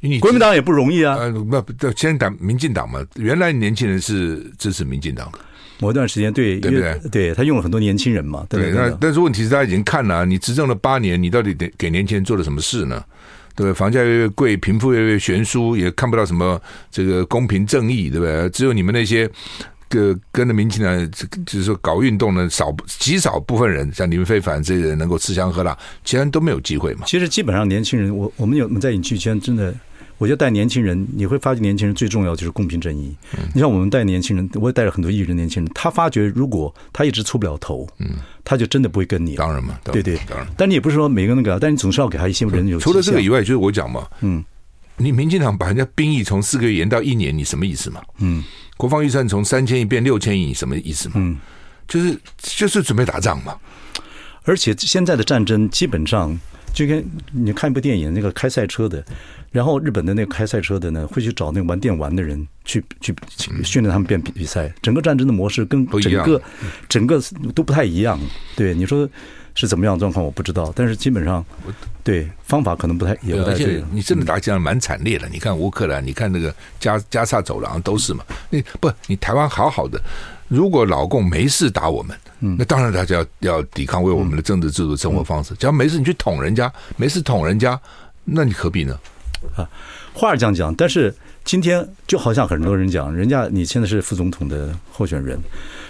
[SPEAKER 2] 因为 你
[SPEAKER 1] 国民党也不容易啊。
[SPEAKER 2] 呃，那不对，先党民进党嘛，原来年轻人是支持民进党的，
[SPEAKER 1] 某一段时间对，
[SPEAKER 2] 对不对
[SPEAKER 1] 因为对他用了很多年轻人嘛，对不
[SPEAKER 2] 对。那
[SPEAKER 1] 对？
[SPEAKER 2] 但是问题是，他已经看了啊、你执政了八年，你到底给给年轻人做了什么事呢？对不对？房价越来越贵，贫富越来越悬殊，也看不到什么这个公平正义，对不对？只有你们那些呃跟跟着民进党，这个就是说搞运动的少极少部分人，像林非凡这些人能够吃香喝辣，其他人都没有机会嘛。
[SPEAKER 1] 其实基本上年轻人，我我们有我们在影剧圈真的，我觉得带年轻人，你会发觉年轻人最重要就是公平正义。
[SPEAKER 2] 嗯
[SPEAKER 1] 你像我们带年轻人，我也带了很多艺人年轻人，他发觉如果他一直出不了头，嗯，他就真的不会跟你了。
[SPEAKER 2] 当然嘛，当
[SPEAKER 1] 对对
[SPEAKER 2] 当然。，
[SPEAKER 1] 但你也不是说每个那个，但你总是要给他一些人有
[SPEAKER 2] 除了这个
[SPEAKER 1] 迹
[SPEAKER 2] 以
[SPEAKER 1] 象
[SPEAKER 2] 外，就是我讲嘛，
[SPEAKER 1] 嗯，
[SPEAKER 2] 你民进党把人家兵役从四个月延到一年，你什么意思嘛？
[SPEAKER 1] 嗯，
[SPEAKER 2] 国防预算从三千亿变六千亿，你什么意思嘛？
[SPEAKER 1] 嗯，
[SPEAKER 2] 就是就是准备打仗嘛。
[SPEAKER 1] 而且现在的战争基本上就跟你看一部电影，那个开赛车的，然后日本的那个开赛车的呢，会去找那个玩电玩的人去去去训练他们变比比赛。整个战争的模式跟
[SPEAKER 2] 不一
[SPEAKER 1] 整
[SPEAKER 2] 样
[SPEAKER 1] 个整个都不太一样。对，你说是怎么样的状况我不知道，但是基本上对方法可能不太也不
[SPEAKER 2] 而
[SPEAKER 1] 太啊对
[SPEAKER 2] 且
[SPEAKER 1] 了。
[SPEAKER 2] 你真的打起来蛮惨烈的。你看乌克兰，你看那个加加萨走廊啊都是嘛。那不，你台湾好好的，如果老共没事打我们，
[SPEAKER 1] 嗯
[SPEAKER 2] 那当然大家要要抵抗，为我们的政治制度、生活方式。只要没事你去捅人家，没事捅人家，那你何必呢？
[SPEAKER 1] 话是这样讲，但是今天就好像很多人讲，人家你现在是副总统的候选人，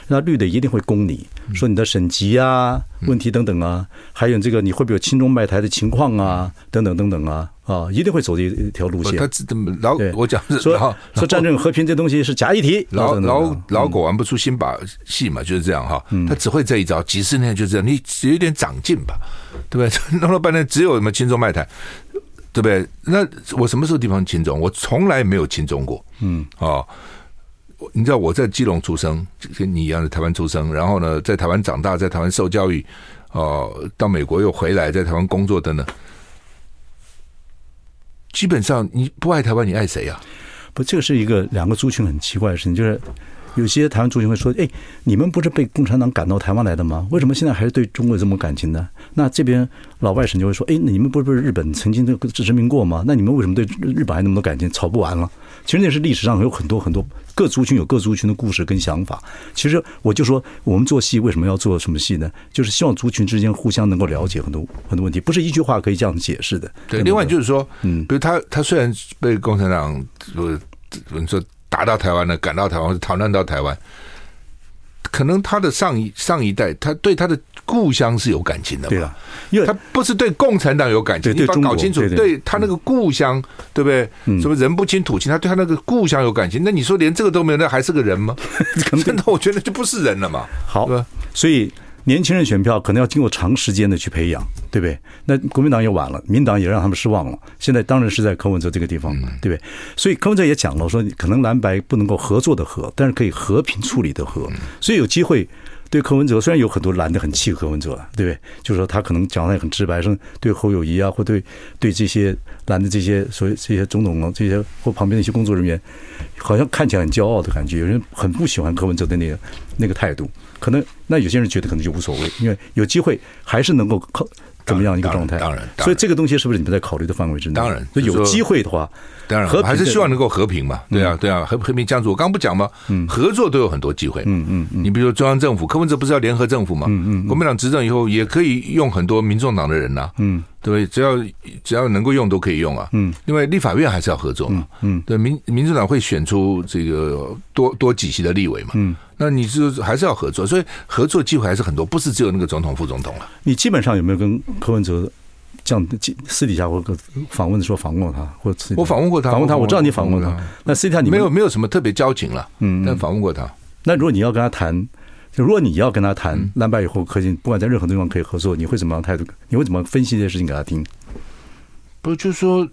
[SPEAKER 1] 那绿的一定会攻你，说你的省级啊、
[SPEAKER 2] 嗯
[SPEAKER 1] 问题等等啊，还有这个你会不会有轻中卖台的情况啊，等等等等啊，啊，一定会走这一条路
[SPEAKER 2] 不
[SPEAKER 1] 线
[SPEAKER 2] 他。这老
[SPEAKER 1] 对
[SPEAKER 2] 我讲是
[SPEAKER 1] 说
[SPEAKER 2] 老
[SPEAKER 1] 说战争和平这东西是假议题，
[SPEAKER 2] 老
[SPEAKER 1] 等等啊等
[SPEAKER 2] 老
[SPEAKER 1] 等
[SPEAKER 2] 老狗玩不出新把戏嘛，就是这样哈。他只会这一招，几十年就这样，你只有点长进吧，对不对？ 弄了半天只有什么轻松卖台，对不对？那我什么时候地方轻松？我从来没有轻松过，嗯，哦。我你知道我在基隆出生，就跟你一样的台湾出生，然后呢，在台湾长大，在台湾受教育，哦、到美国又回来，在台湾工作等等。基本上你不爱台湾，你爱谁呀、啊
[SPEAKER 1] 不，这个是一个两个族群很奇怪的事情，就是有些台湾族群会说：“哎，你们不是被共产党赶到台湾来的吗？为什么现在还是对中国有这么感情呢？”那这边老外省就会说：“哎，你们不是不是日本曾经这个殖民过吗？那你们为什么对日本还那么多感情？吵不完了。”其实那是历史上有很多很多各族群有各族群的故事跟想法。其实我就说，我们做戏为什么要做什么戏呢？就是希望族群之间互相能够了解很多很多问题，不是一句话可以这样解释的。
[SPEAKER 2] 对，
[SPEAKER 1] 真的
[SPEAKER 2] 另外就是说，
[SPEAKER 1] 嗯
[SPEAKER 2] 比如他他虽然被共产党呃，你说打到台湾了，赶到台湾，或者逃难到台湾，可能他的上一上一代，他对他的故乡是有感情的嘛，
[SPEAKER 1] 对了，因为
[SPEAKER 2] 他不是对共产党有感情，
[SPEAKER 1] 对对
[SPEAKER 2] 你把它
[SPEAKER 1] 中国
[SPEAKER 2] 搞清楚，
[SPEAKER 1] 对对嗯
[SPEAKER 2] 他那个故乡，对不对？什么人不亲土亲，他对他那个故乡有感情，那你说连这个都没有，那还是个 人吗？
[SPEAKER 1] 可能对
[SPEAKER 2] 真的，我觉得就不是人了嘛。
[SPEAKER 1] 好
[SPEAKER 2] 对吧，
[SPEAKER 1] 所以年轻人选票可能要经过长时间的去培养，对不对？那国民党也晚了，民党也让他们失望了。现在当然是在柯文哲这个地方，
[SPEAKER 2] 嗯
[SPEAKER 1] 对不对？所以柯文哲也讲了，说可能蓝白不能够合作的和，但是可以和平处理的和，
[SPEAKER 2] 嗯
[SPEAKER 1] 所以有机会。对柯文哲，虽然有很多蓝的很气柯文哲，对不对？就是说他可能讲的很直白，说对侯友谊啊，或对对这些蓝的这些所谓这些总统啊，这些或旁边的一些工作人员，好像看起来很骄傲的感觉。有人很不喜欢柯文哲的那个那个态度，可能那有些人觉得可能就无所谓，因为有机会还是能够靠怎么样一个状态。
[SPEAKER 2] 当然当然当然
[SPEAKER 1] 所以这个东西是不是你们在考虑的范围之内？
[SPEAKER 2] 当然
[SPEAKER 1] 所以
[SPEAKER 2] 就是
[SPEAKER 1] 有
[SPEAKER 2] 说
[SPEAKER 1] 机会的话，
[SPEAKER 2] 当然，
[SPEAKER 1] 和
[SPEAKER 2] 我
[SPEAKER 1] 平
[SPEAKER 2] 还是
[SPEAKER 1] 的嗯
[SPEAKER 2] 希望能够和平嘛。对啊，对啊，和和平相处。我刚不讲吗？合作都有很多机会。嗯嗯你比如说中央政府，柯文哲不是要联合政府嘛？嗯嗯，国民党执政以后也可以用很多民众党的人呐。嗯，对不对？只要只要能够用都可以用啊。嗯，另外立法院还是要合作嘛。嗯，对，民民主党会选出这个多多几席的立委嘛。嗯，那你就还是要合作，所以合作机会还是很多，不是只有那个总统、副总统了。
[SPEAKER 1] 你基本上有没有跟柯文哲这样私底下或者访问的时候访问过他，或者私底下
[SPEAKER 2] 我访问过他，
[SPEAKER 1] 访问他，我知道你访
[SPEAKER 2] 访
[SPEAKER 1] 问
[SPEAKER 2] 过
[SPEAKER 1] 他。那私底下你
[SPEAKER 2] 嗯没
[SPEAKER 1] 们
[SPEAKER 2] 有？没有什么特别交情了。嗯，但访问过他。
[SPEAKER 1] 那如果你要跟他谈，就如果你要跟他
[SPEAKER 2] 嗯
[SPEAKER 1] 谈蓝白以后可以，不管在任何地方可以合作，你会怎么样态度？你会怎么分析这些事情给他听？
[SPEAKER 2] 不就说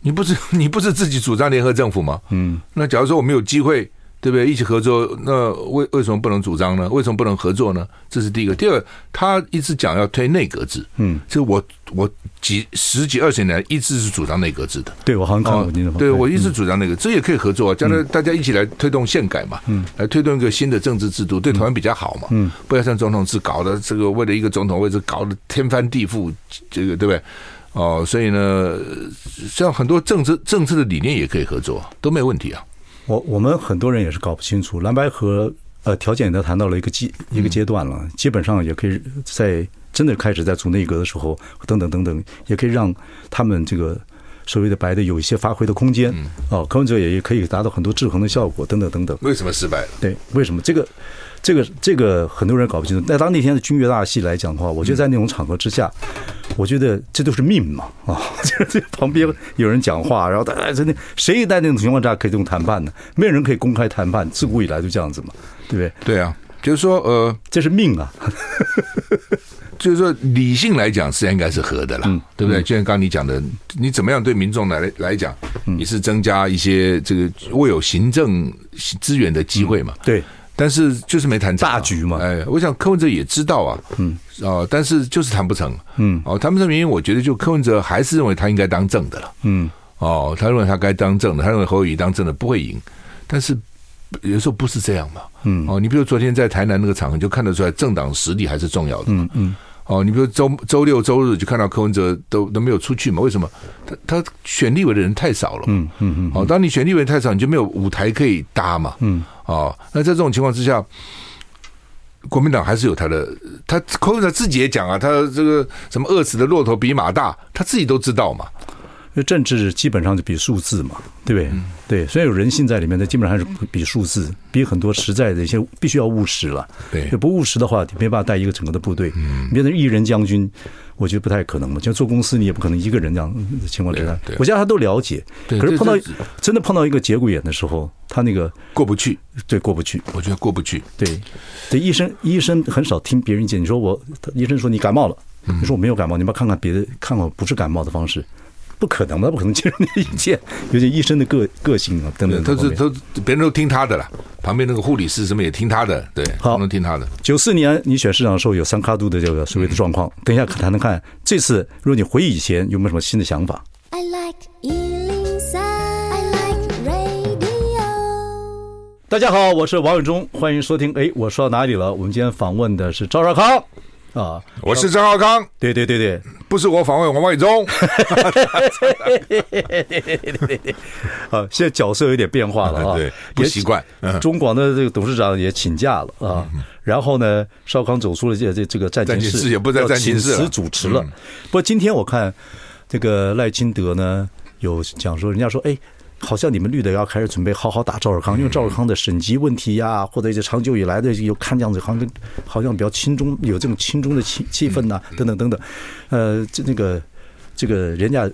[SPEAKER 2] 你不是 你不是自己主张联合政府吗？
[SPEAKER 1] 嗯，
[SPEAKER 2] 那假如说我们有机会，对不对？一起合作，那为为什么不能主张呢？为什么不能合作呢？这是第一个。第二，他一直讲要推内阁制，
[SPEAKER 1] 嗯，
[SPEAKER 2] 这我我几十几二十年来一直是主张内阁制的。
[SPEAKER 1] 对我好像看过您的访问、嗯
[SPEAKER 2] 哦对我一直主张那个，这也可以合作啊，将来大家一起来推动宪改嘛，嗯，来推动一个新的政治制度，对台湾比较好嘛，嗯，不要像总统制搞的这个为了一个总统位置搞得天翻地覆，这个对不对？哦，所以呢，像很多政治政治的理念也可以合作，都没有问题啊。
[SPEAKER 1] 我我们很多人也是搞不清楚蓝白河呃条件也都谈到了一个阶
[SPEAKER 2] 嗯
[SPEAKER 1] 一个阶段了，基本上也可以在真的开始在组内阁的时候等等等等，也可以让他们这个所谓的白的有一些发挥的空间。
[SPEAKER 2] 嗯
[SPEAKER 1] 哦，柯文哲也可以达到很多制衡的效果，等等等等。
[SPEAKER 2] 为什么失败了？
[SPEAKER 1] 对，为什么这个？这个这个很多人搞不清楚。那当那天的军乐大戏来讲的话，我觉得在那种场合之下，我觉得这都是命嘛啊！ 这这旁边有人讲话，然后大家真的谁在那种情况下可以这种谈判呢？没有人可以公开谈判，自古以来就这样子嘛，对不对？
[SPEAKER 2] 对啊，就是说呃，
[SPEAKER 1] 这是命啊！
[SPEAKER 2] 就是说理性来讲，实际上应该是和的啦，对不对？就像刚刚你讲的，你怎么样对民众来来讲，你是增加一些这个未有行政资源的机会嘛？
[SPEAKER 1] 嗯对，
[SPEAKER 2] 但是就是没谈成啊
[SPEAKER 1] 大局嘛
[SPEAKER 2] 哎，我想柯文哲也知道啊，嗯，哦，但是就是谈不成，嗯，哦，谈不成原因，我觉得就柯文哲还是认为他应该当正的了，
[SPEAKER 1] 嗯，
[SPEAKER 2] 哦，他认为他该当正的，他认为侯友谊当正的不会赢，但是有时候不是这样嘛，嗯，哦，你比如昨天在台南那个场合，你就看得出来政党实力还是重要的，嗯嗯。哦，你比如周周六、周日就看到柯文哲都都没有出去嘛？为什么？他他选立委的人太少了，嗯嗯嗯。哦，当你选立委太少，你就没有舞台可以搭嘛，嗯。哦，那在这种情况之下，国民党还是有他的，他柯文哲自己也讲啊，他这个什么饿死的骆驼比马大，他自己都知道嘛。
[SPEAKER 1] 因为政治基本上就比数字嘛，对不对？
[SPEAKER 2] 嗯
[SPEAKER 1] 对，虽然有人性在里面，但基本上还是比数字，比很多实在的一些必须要务实了。
[SPEAKER 2] 对嗯
[SPEAKER 1] 就不务实的话，你没办法带一个整个的部队，你变成一人将军，我觉得不太可能嘛。就做公司，你也不可能一个人这样嗯情况之下
[SPEAKER 2] 对对，
[SPEAKER 1] 我觉得他都了解。
[SPEAKER 2] 对
[SPEAKER 1] 可是碰到
[SPEAKER 2] 这这
[SPEAKER 1] 真的碰到一个节骨眼的时候，他那个
[SPEAKER 2] 过不去，
[SPEAKER 1] 对过不去。
[SPEAKER 2] 我觉得过不去。
[SPEAKER 1] 对，对，医生医生很少听别人意见。你说我，他医生说你感冒了，你说我没有感冒，你们看看别的，看看不是感冒的方式，不可能的，不可能接受你的意 见，尤其医生的个个性啊等等
[SPEAKER 2] 他
[SPEAKER 1] 等
[SPEAKER 2] 是
[SPEAKER 1] 方面。
[SPEAKER 2] 他别人都听他的啦，旁边那个护理师什么也听他的，对，
[SPEAKER 1] 好
[SPEAKER 2] 都能听他的。
[SPEAKER 1] 九四年你选市长的时候有三卡度的这个所谓的状况，等一下谈谈看，这次如果你回忆以前有没有什么新的想法？
[SPEAKER 3] I like Ealing Sound. I like radio.
[SPEAKER 1] 大家好，我是王伟忠，欢迎收听。哎，我说到哪里了？我们今天访问的是赵少康啊，
[SPEAKER 2] 我是张浩康，
[SPEAKER 1] 对对对对，
[SPEAKER 2] 不是我访问王伟忠。
[SPEAKER 1] 啊，现在角色有点变化了啊，
[SPEAKER 2] 对不
[SPEAKER 1] 也
[SPEAKER 2] 习惯嗯
[SPEAKER 1] 中广的这个董事长也请假了啊，然后呢，邵康走出了这这这个战情
[SPEAKER 2] 战情
[SPEAKER 1] 室，
[SPEAKER 2] 室也不在
[SPEAKER 1] 要
[SPEAKER 2] 战情
[SPEAKER 1] 请
[SPEAKER 2] 室了
[SPEAKER 1] 辞主持了
[SPEAKER 2] 嗯。
[SPEAKER 1] 不过今天我看这个赖清德呢有讲说，人家说哎。好像你们绿的要开始准备好好打赵尔
[SPEAKER 2] 嗯
[SPEAKER 1] 康，因为赵尔康的省级问题呀、或者一些长久以来的有看这样子，好像跟好像比较轻中有这种轻中的气气氛呐、
[SPEAKER 2] 嗯
[SPEAKER 1] 等等等等，呃，这那个这个人家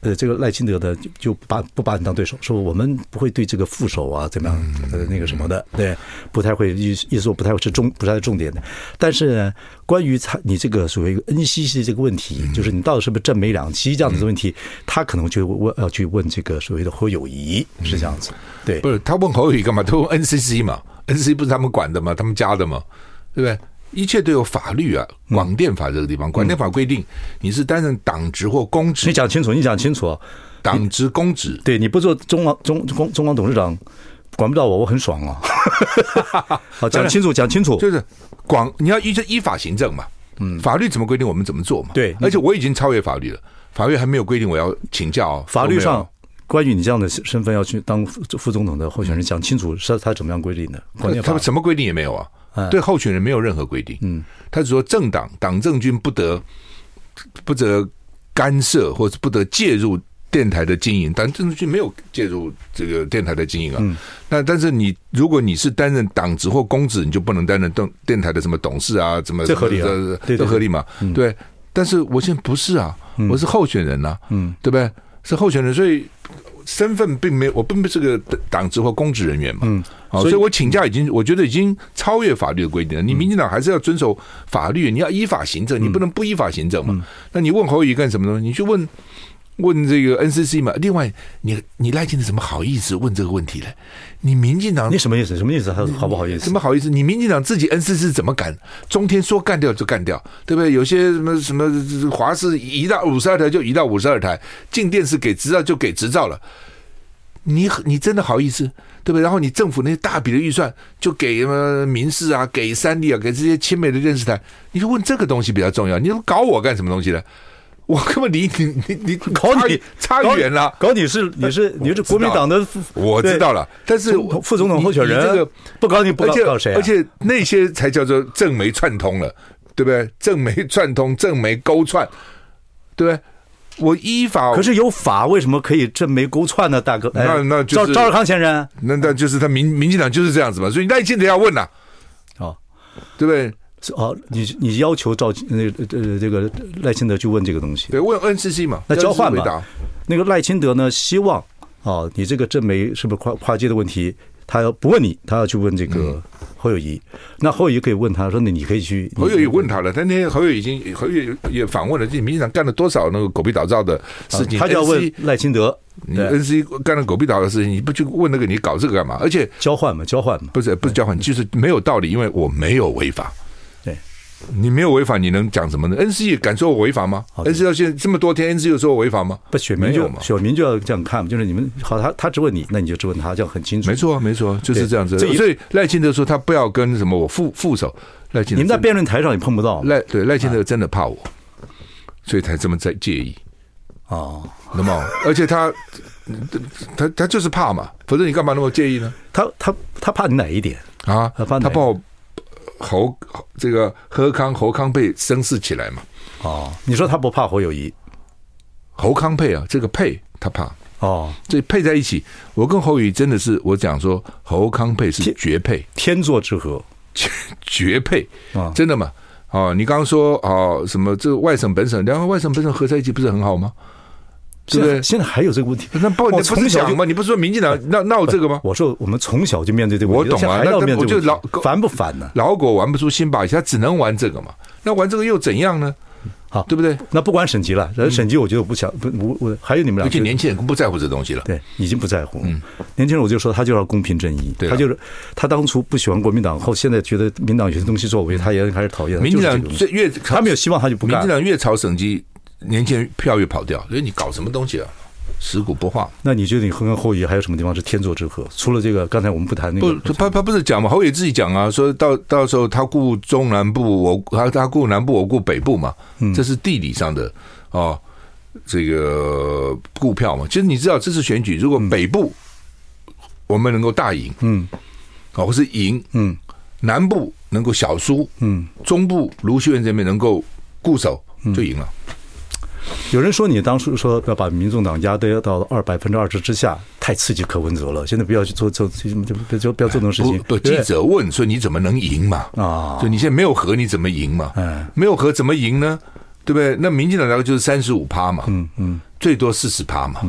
[SPEAKER 1] 呃，这个赖清德的就就不把不把你当对手，说我们不会对这个副手啊怎么样，呃，那个什么的，对，不太会意思意思我不太会是重不太是重点的。但是呢，关于他你这个所谓 NCC 这个问题，就是你到底是不是正美两期这样子的问题，他可能就会问要去问这个所谓的侯友谊是这样子，对
[SPEAKER 2] 不，是他问侯友宜干嘛？他问 NCC 嘛，NCC 不是他们管的嘛，他们加的嘛，对不对？一切都有法律啊，
[SPEAKER 1] 嗯
[SPEAKER 2] 广电法这个地方，广电法规定你是担任党职或公
[SPEAKER 1] 你
[SPEAKER 2] 职，
[SPEAKER 1] 讲清楚，你讲清楚，
[SPEAKER 2] 党职公职，
[SPEAKER 1] 对你不做中央中中中央董事长，管不到我，我很爽啊！ 好，讲清楚，讲清楚，
[SPEAKER 2] 就是广你要依依法行政嘛，嗯，法律怎么规定我们怎么做嘛，
[SPEAKER 1] 对
[SPEAKER 2] 而且我已经超越法律了，法律还没有规定我要请假哦，
[SPEAKER 1] 法律
[SPEAKER 2] 我没
[SPEAKER 1] 上
[SPEAKER 2] 有。
[SPEAKER 1] 关于你这样的身份要去当副副总统的候选人，讲清楚是他怎么样规定的。关键
[SPEAKER 2] 呃他
[SPEAKER 1] 法哎
[SPEAKER 2] 们什么规定也没有啊，对候选人没有任何规定。嗯，他只说政党党政军不得不得干涉或者不得介入电台的经营，但政治军没有介入这个电台的经营啊。
[SPEAKER 1] 嗯
[SPEAKER 2] 那但是你如果你是担任党职或公职，你就不能担任电电台的什么董事啊，怎么
[SPEAKER 1] 这合理啊
[SPEAKER 2] 这这
[SPEAKER 1] 对对嗯
[SPEAKER 2] 这合理嘛？对，但是我现在不是啊，我是候选人呐、嗯，对不对？是候选人，所以身份并没有，我并不是个党职或公职人员嘛。嗯，哦，
[SPEAKER 1] 所以嗯
[SPEAKER 2] 所以我请假已经，我觉得已经超越法律的规定了。你民进党还是要遵守法律，你要依法行政，你不能不依法行政
[SPEAKER 1] 嗯
[SPEAKER 2] 嘛。那你问侯友宜干什么东西？你去问。问这个 NCC 嘛？另外，你你赖清德怎么好意思问这个问题呢？你民进党
[SPEAKER 1] 你什么意思？什么意思？他好不好意思
[SPEAKER 2] 什？么好意思？你民进党自己 NCC 怎么敢？中天说干掉就干掉，对不对？有些什么什么华视移到五十二台就移到五十二台，进电视给执照就给执照了。你你真的好意思，对不对？然后你政府那些大笔的预算就给什么民视啊，给三立啊，给这些亲美的电视台，你就问这个东西比较重要。你搞我干什么东西呢？我根本离你你你
[SPEAKER 1] 搞
[SPEAKER 2] 差
[SPEAKER 1] 你
[SPEAKER 2] 差
[SPEAKER 1] 搞
[SPEAKER 2] 远了。
[SPEAKER 1] 搞你是你是你是国民党的副，
[SPEAKER 2] 我知道了，但是
[SPEAKER 1] 对总统副总统候选人，
[SPEAKER 2] 你你这个
[SPEAKER 1] 不搞你不
[SPEAKER 2] 而
[SPEAKER 1] 搞
[SPEAKER 2] 且
[SPEAKER 1] 搞谁啊？
[SPEAKER 2] 而且那些才叫做政媒串通了，对不对？政媒串通，政媒勾串，对不对？我依法，
[SPEAKER 1] 可是有法，为什么可以正没勾串呢，大哥？哎
[SPEAKER 2] 那那就是
[SPEAKER 1] 赵赵少康前任
[SPEAKER 2] 那那就是他民民进党就是这样子嘛，所以赖清德要问呐、
[SPEAKER 1] 哦，
[SPEAKER 2] 对不对？
[SPEAKER 1] 是哦，你你要求赵那呃这个赖清德去问这个东西，
[SPEAKER 2] 对，问 NCC 嘛，
[SPEAKER 1] 那交换
[SPEAKER 2] 回
[SPEAKER 1] 吧
[SPEAKER 2] 答。
[SPEAKER 1] 那个赖清德呢，希望啊、你这个政媒是不是跨跨界的问题，他要不问你，他要去问这个
[SPEAKER 2] 嗯
[SPEAKER 1] 侯友谊。那侯友谊可以问他说：“那你可以去。你”
[SPEAKER 2] 侯友也问他
[SPEAKER 1] 嗯
[SPEAKER 2] 了，但那天侯友已经侯友也访问了，这民进党干了多少那个狗屁倒灶的事
[SPEAKER 1] 啊
[SPEAKER 2] 情？
[SPEAKER 1] 他就要问
[SPEAKER 2] NCC
[SPEAKER 1] 赖清德，
[SPEAKER 2] 你
[SPEAKER 1] 对
[SPEAKER 2] NCC 干了狗屁倒灶的事情，你不去问那个，你搞这个干嘛？而且
[SPEAKER 1] 交换嘛，交换嘛，
[SPEAKER 2] 不是不是交换，就是没有道理，因为我没有违法。
[SPEAKER 1] 对，
[SPEAKER 2] 你没有违法，你能讲什么呢？NCC 敢说我违法吗
[SPEAKER 1] 好的
[SPEAKER 2] ？NCC 到现在这么多天，NCC 有说我违法吗？
[SPEAKER 1] 不选民
[SPEAKER 2] 没有
[SPEAKER 1] 就
[SPEAKER 2] 嘛
[SPEAKER 1] 选民就要这样看嘛，就是你们好，他他只问你，那你就只问他，这样很清楚。
[SPEAKER 2] 没，错，没错，就是
[SPEAKER 1] 对
[SPEAKER 2] 这样子。
[SPEAKER 1] 这一
[SPEAKER 2] 所以赖清德说他不要跟什么我副副手赖清
[SPEAKER 1] 你们啊在
[SPEAKER 2] 德真的，
[SPEAKER 1] 辩论台上也碰不到
[SPEAKER 2] 赖对赖清德真的怕我，所以才这么在介意。
[SPEAKER 1] 哦。
[SPEAKER 2] 那么，而且他他他就是怕嘛，否则你干嘛那么介意呢？
[SPEAKER 1] 他他他怕你哪一点？
[SPEAKER 2] 啊，
[SPEAKER 1] 他怕哪
[SPEAKER 2] 他怕我侯这个何康侯康被声势起来嘛，
[SPEAKER 1] 哦，你说他不怕侯友谊
[SPEAKER 2] 侯康配啊，这个配他怕，
[SPEAKER 1] 哦，
[SPEAKER 2] 所以配在一起，我跟侯宇真的是我讲说侯康配是
[SPEAKER 1] 天
[SPEAKER 2] 绝配，
[SPEAKER 1] 天作之合
[SPEAKER 2] 绝绝配，
[SPEAKER 1] 啊，
[SPEAKER 2] 真的嘛？哦，你刚刚说哦，什么这个外省本省，两个外省本省合在一起不是很好吗？对不
[SPEAKER 1] 现
[SPEAKER 2] 对
[SPEAKER 1] 在？现在还有这个问题。
[SPEAKER 2] 那不
[SPEAKER 1] 我
[SPEAKER 2] 你不
[SPEAKER 1] 从
[SPEAKER 2] 是
[SPEAKER 1] 小
[SPEAKER 2] 讲
[SPEAKER 1] 就
[SPEAKER 2] 吗？你不是说民进党闹闹这个吗？
[SPEAKER 1] 我说我们从小就面对这个问题，
[SPEAKER 2] 我懂啊
[SPEAKER 1] 现在还要
[SPEAKER 2] 那
[SPEAKER 1] 面对这个
[SPEAKER 2] 那我
[SPEAKER 1] 问
[SPEAKER 2] 就
[SPEAKER 1] 题
[SPEAKER 2] 老，
[SPEAKER 1] 烦不烦呢？
[SPEAKER 2] 老狗玩不出新把戏，他只能玩这个嘛。那玩这个又怎样呢？
[SPEAKER 1] 好
[SPEAKER 2] 对不对？
[SPEAKER 1] 那不管省级了，然后省级我觉得我不想不我我还有你们
[SPEAKER 2] 而
[SPEAKER 1] 俩
[SPEAKER 2] 且
[SPEAKER 1] 就
[SPEAKER 2] 年轻嗯人不在乎这东西了。
[SPEAKER 1] 对已经不在乎，年轻人我就说他就要公平正义，
[SPEAKER 2] 对啊了
[SPEAKER 1] 他就是他当初不喜欢国民党，后现在觉得民党有些东西作为，他也开始讨厌了。
[SPEAKER 2] 民进党
[SPEAKER 1] 就是这个东西
[SPEAKER 2] 最越
[SPEAKER 1] 他没有希望，他就不
[SPEAKER 2] 民
[SPEAKER 1] 干
[SPEAKER 2] 进。党越炒省级，年轻人票越跑掉。所以你搞什么东西啊？食古不化。
[SPEAKER 1] 那你觉得你和跟后裔还有什么地方是天作之合？除了这个，刚才我们不谈那
[SPEAKER 2] 不
[SPEAKER 1] 个，
[SPEAKER 2] 他他不是讲嘛？侯伟自己讲啊，说到到时候他顾中南部，我他他顾南部，我顾北部嘛，
[SPEAKER 1] 嗯
[SPEAKER 2] 这是地理上的哦，这个呃顾票嘛。其实你知道，这次选举如果北部我们能够大赢，
[SPEAKER 1] 嗯
[SPEAKER 2] 哦，或是赢，
[SPEAKER 1] 嗯
[SPEAKER 2] 南部能够小输，
[SPEAKER 1] 嗯，
[SPEAKER 2] 中部卢秀燕这边能够固守，就赢了。
[SPEAKER 1] 有人说你当初说要把民众党压得到二百分之二十之下，太刺激柯文哲了。现在不要去做做，就就就不要做这种事
[SPEAKER 2] 不
[SPEAKER 1] 情。对
[SPEAKER 2] 不，记
[SPEAKER 1] 对
[SPEAKER 2] 者问说你怎么能赢嘛？
[SPEAKER 1] 啊
[SPEAKER 2] 就，你现在没有和你怎么赢嘛？
[SPEAKER 1] 嗯
[SPEAKER 2] 没有和怎么赢呢？对不对？那民进党大概就是三十五趴嘛，
[SPEAKER 1] 嗯嗯，
[SPEAKER 2] 最多四十趴嘛。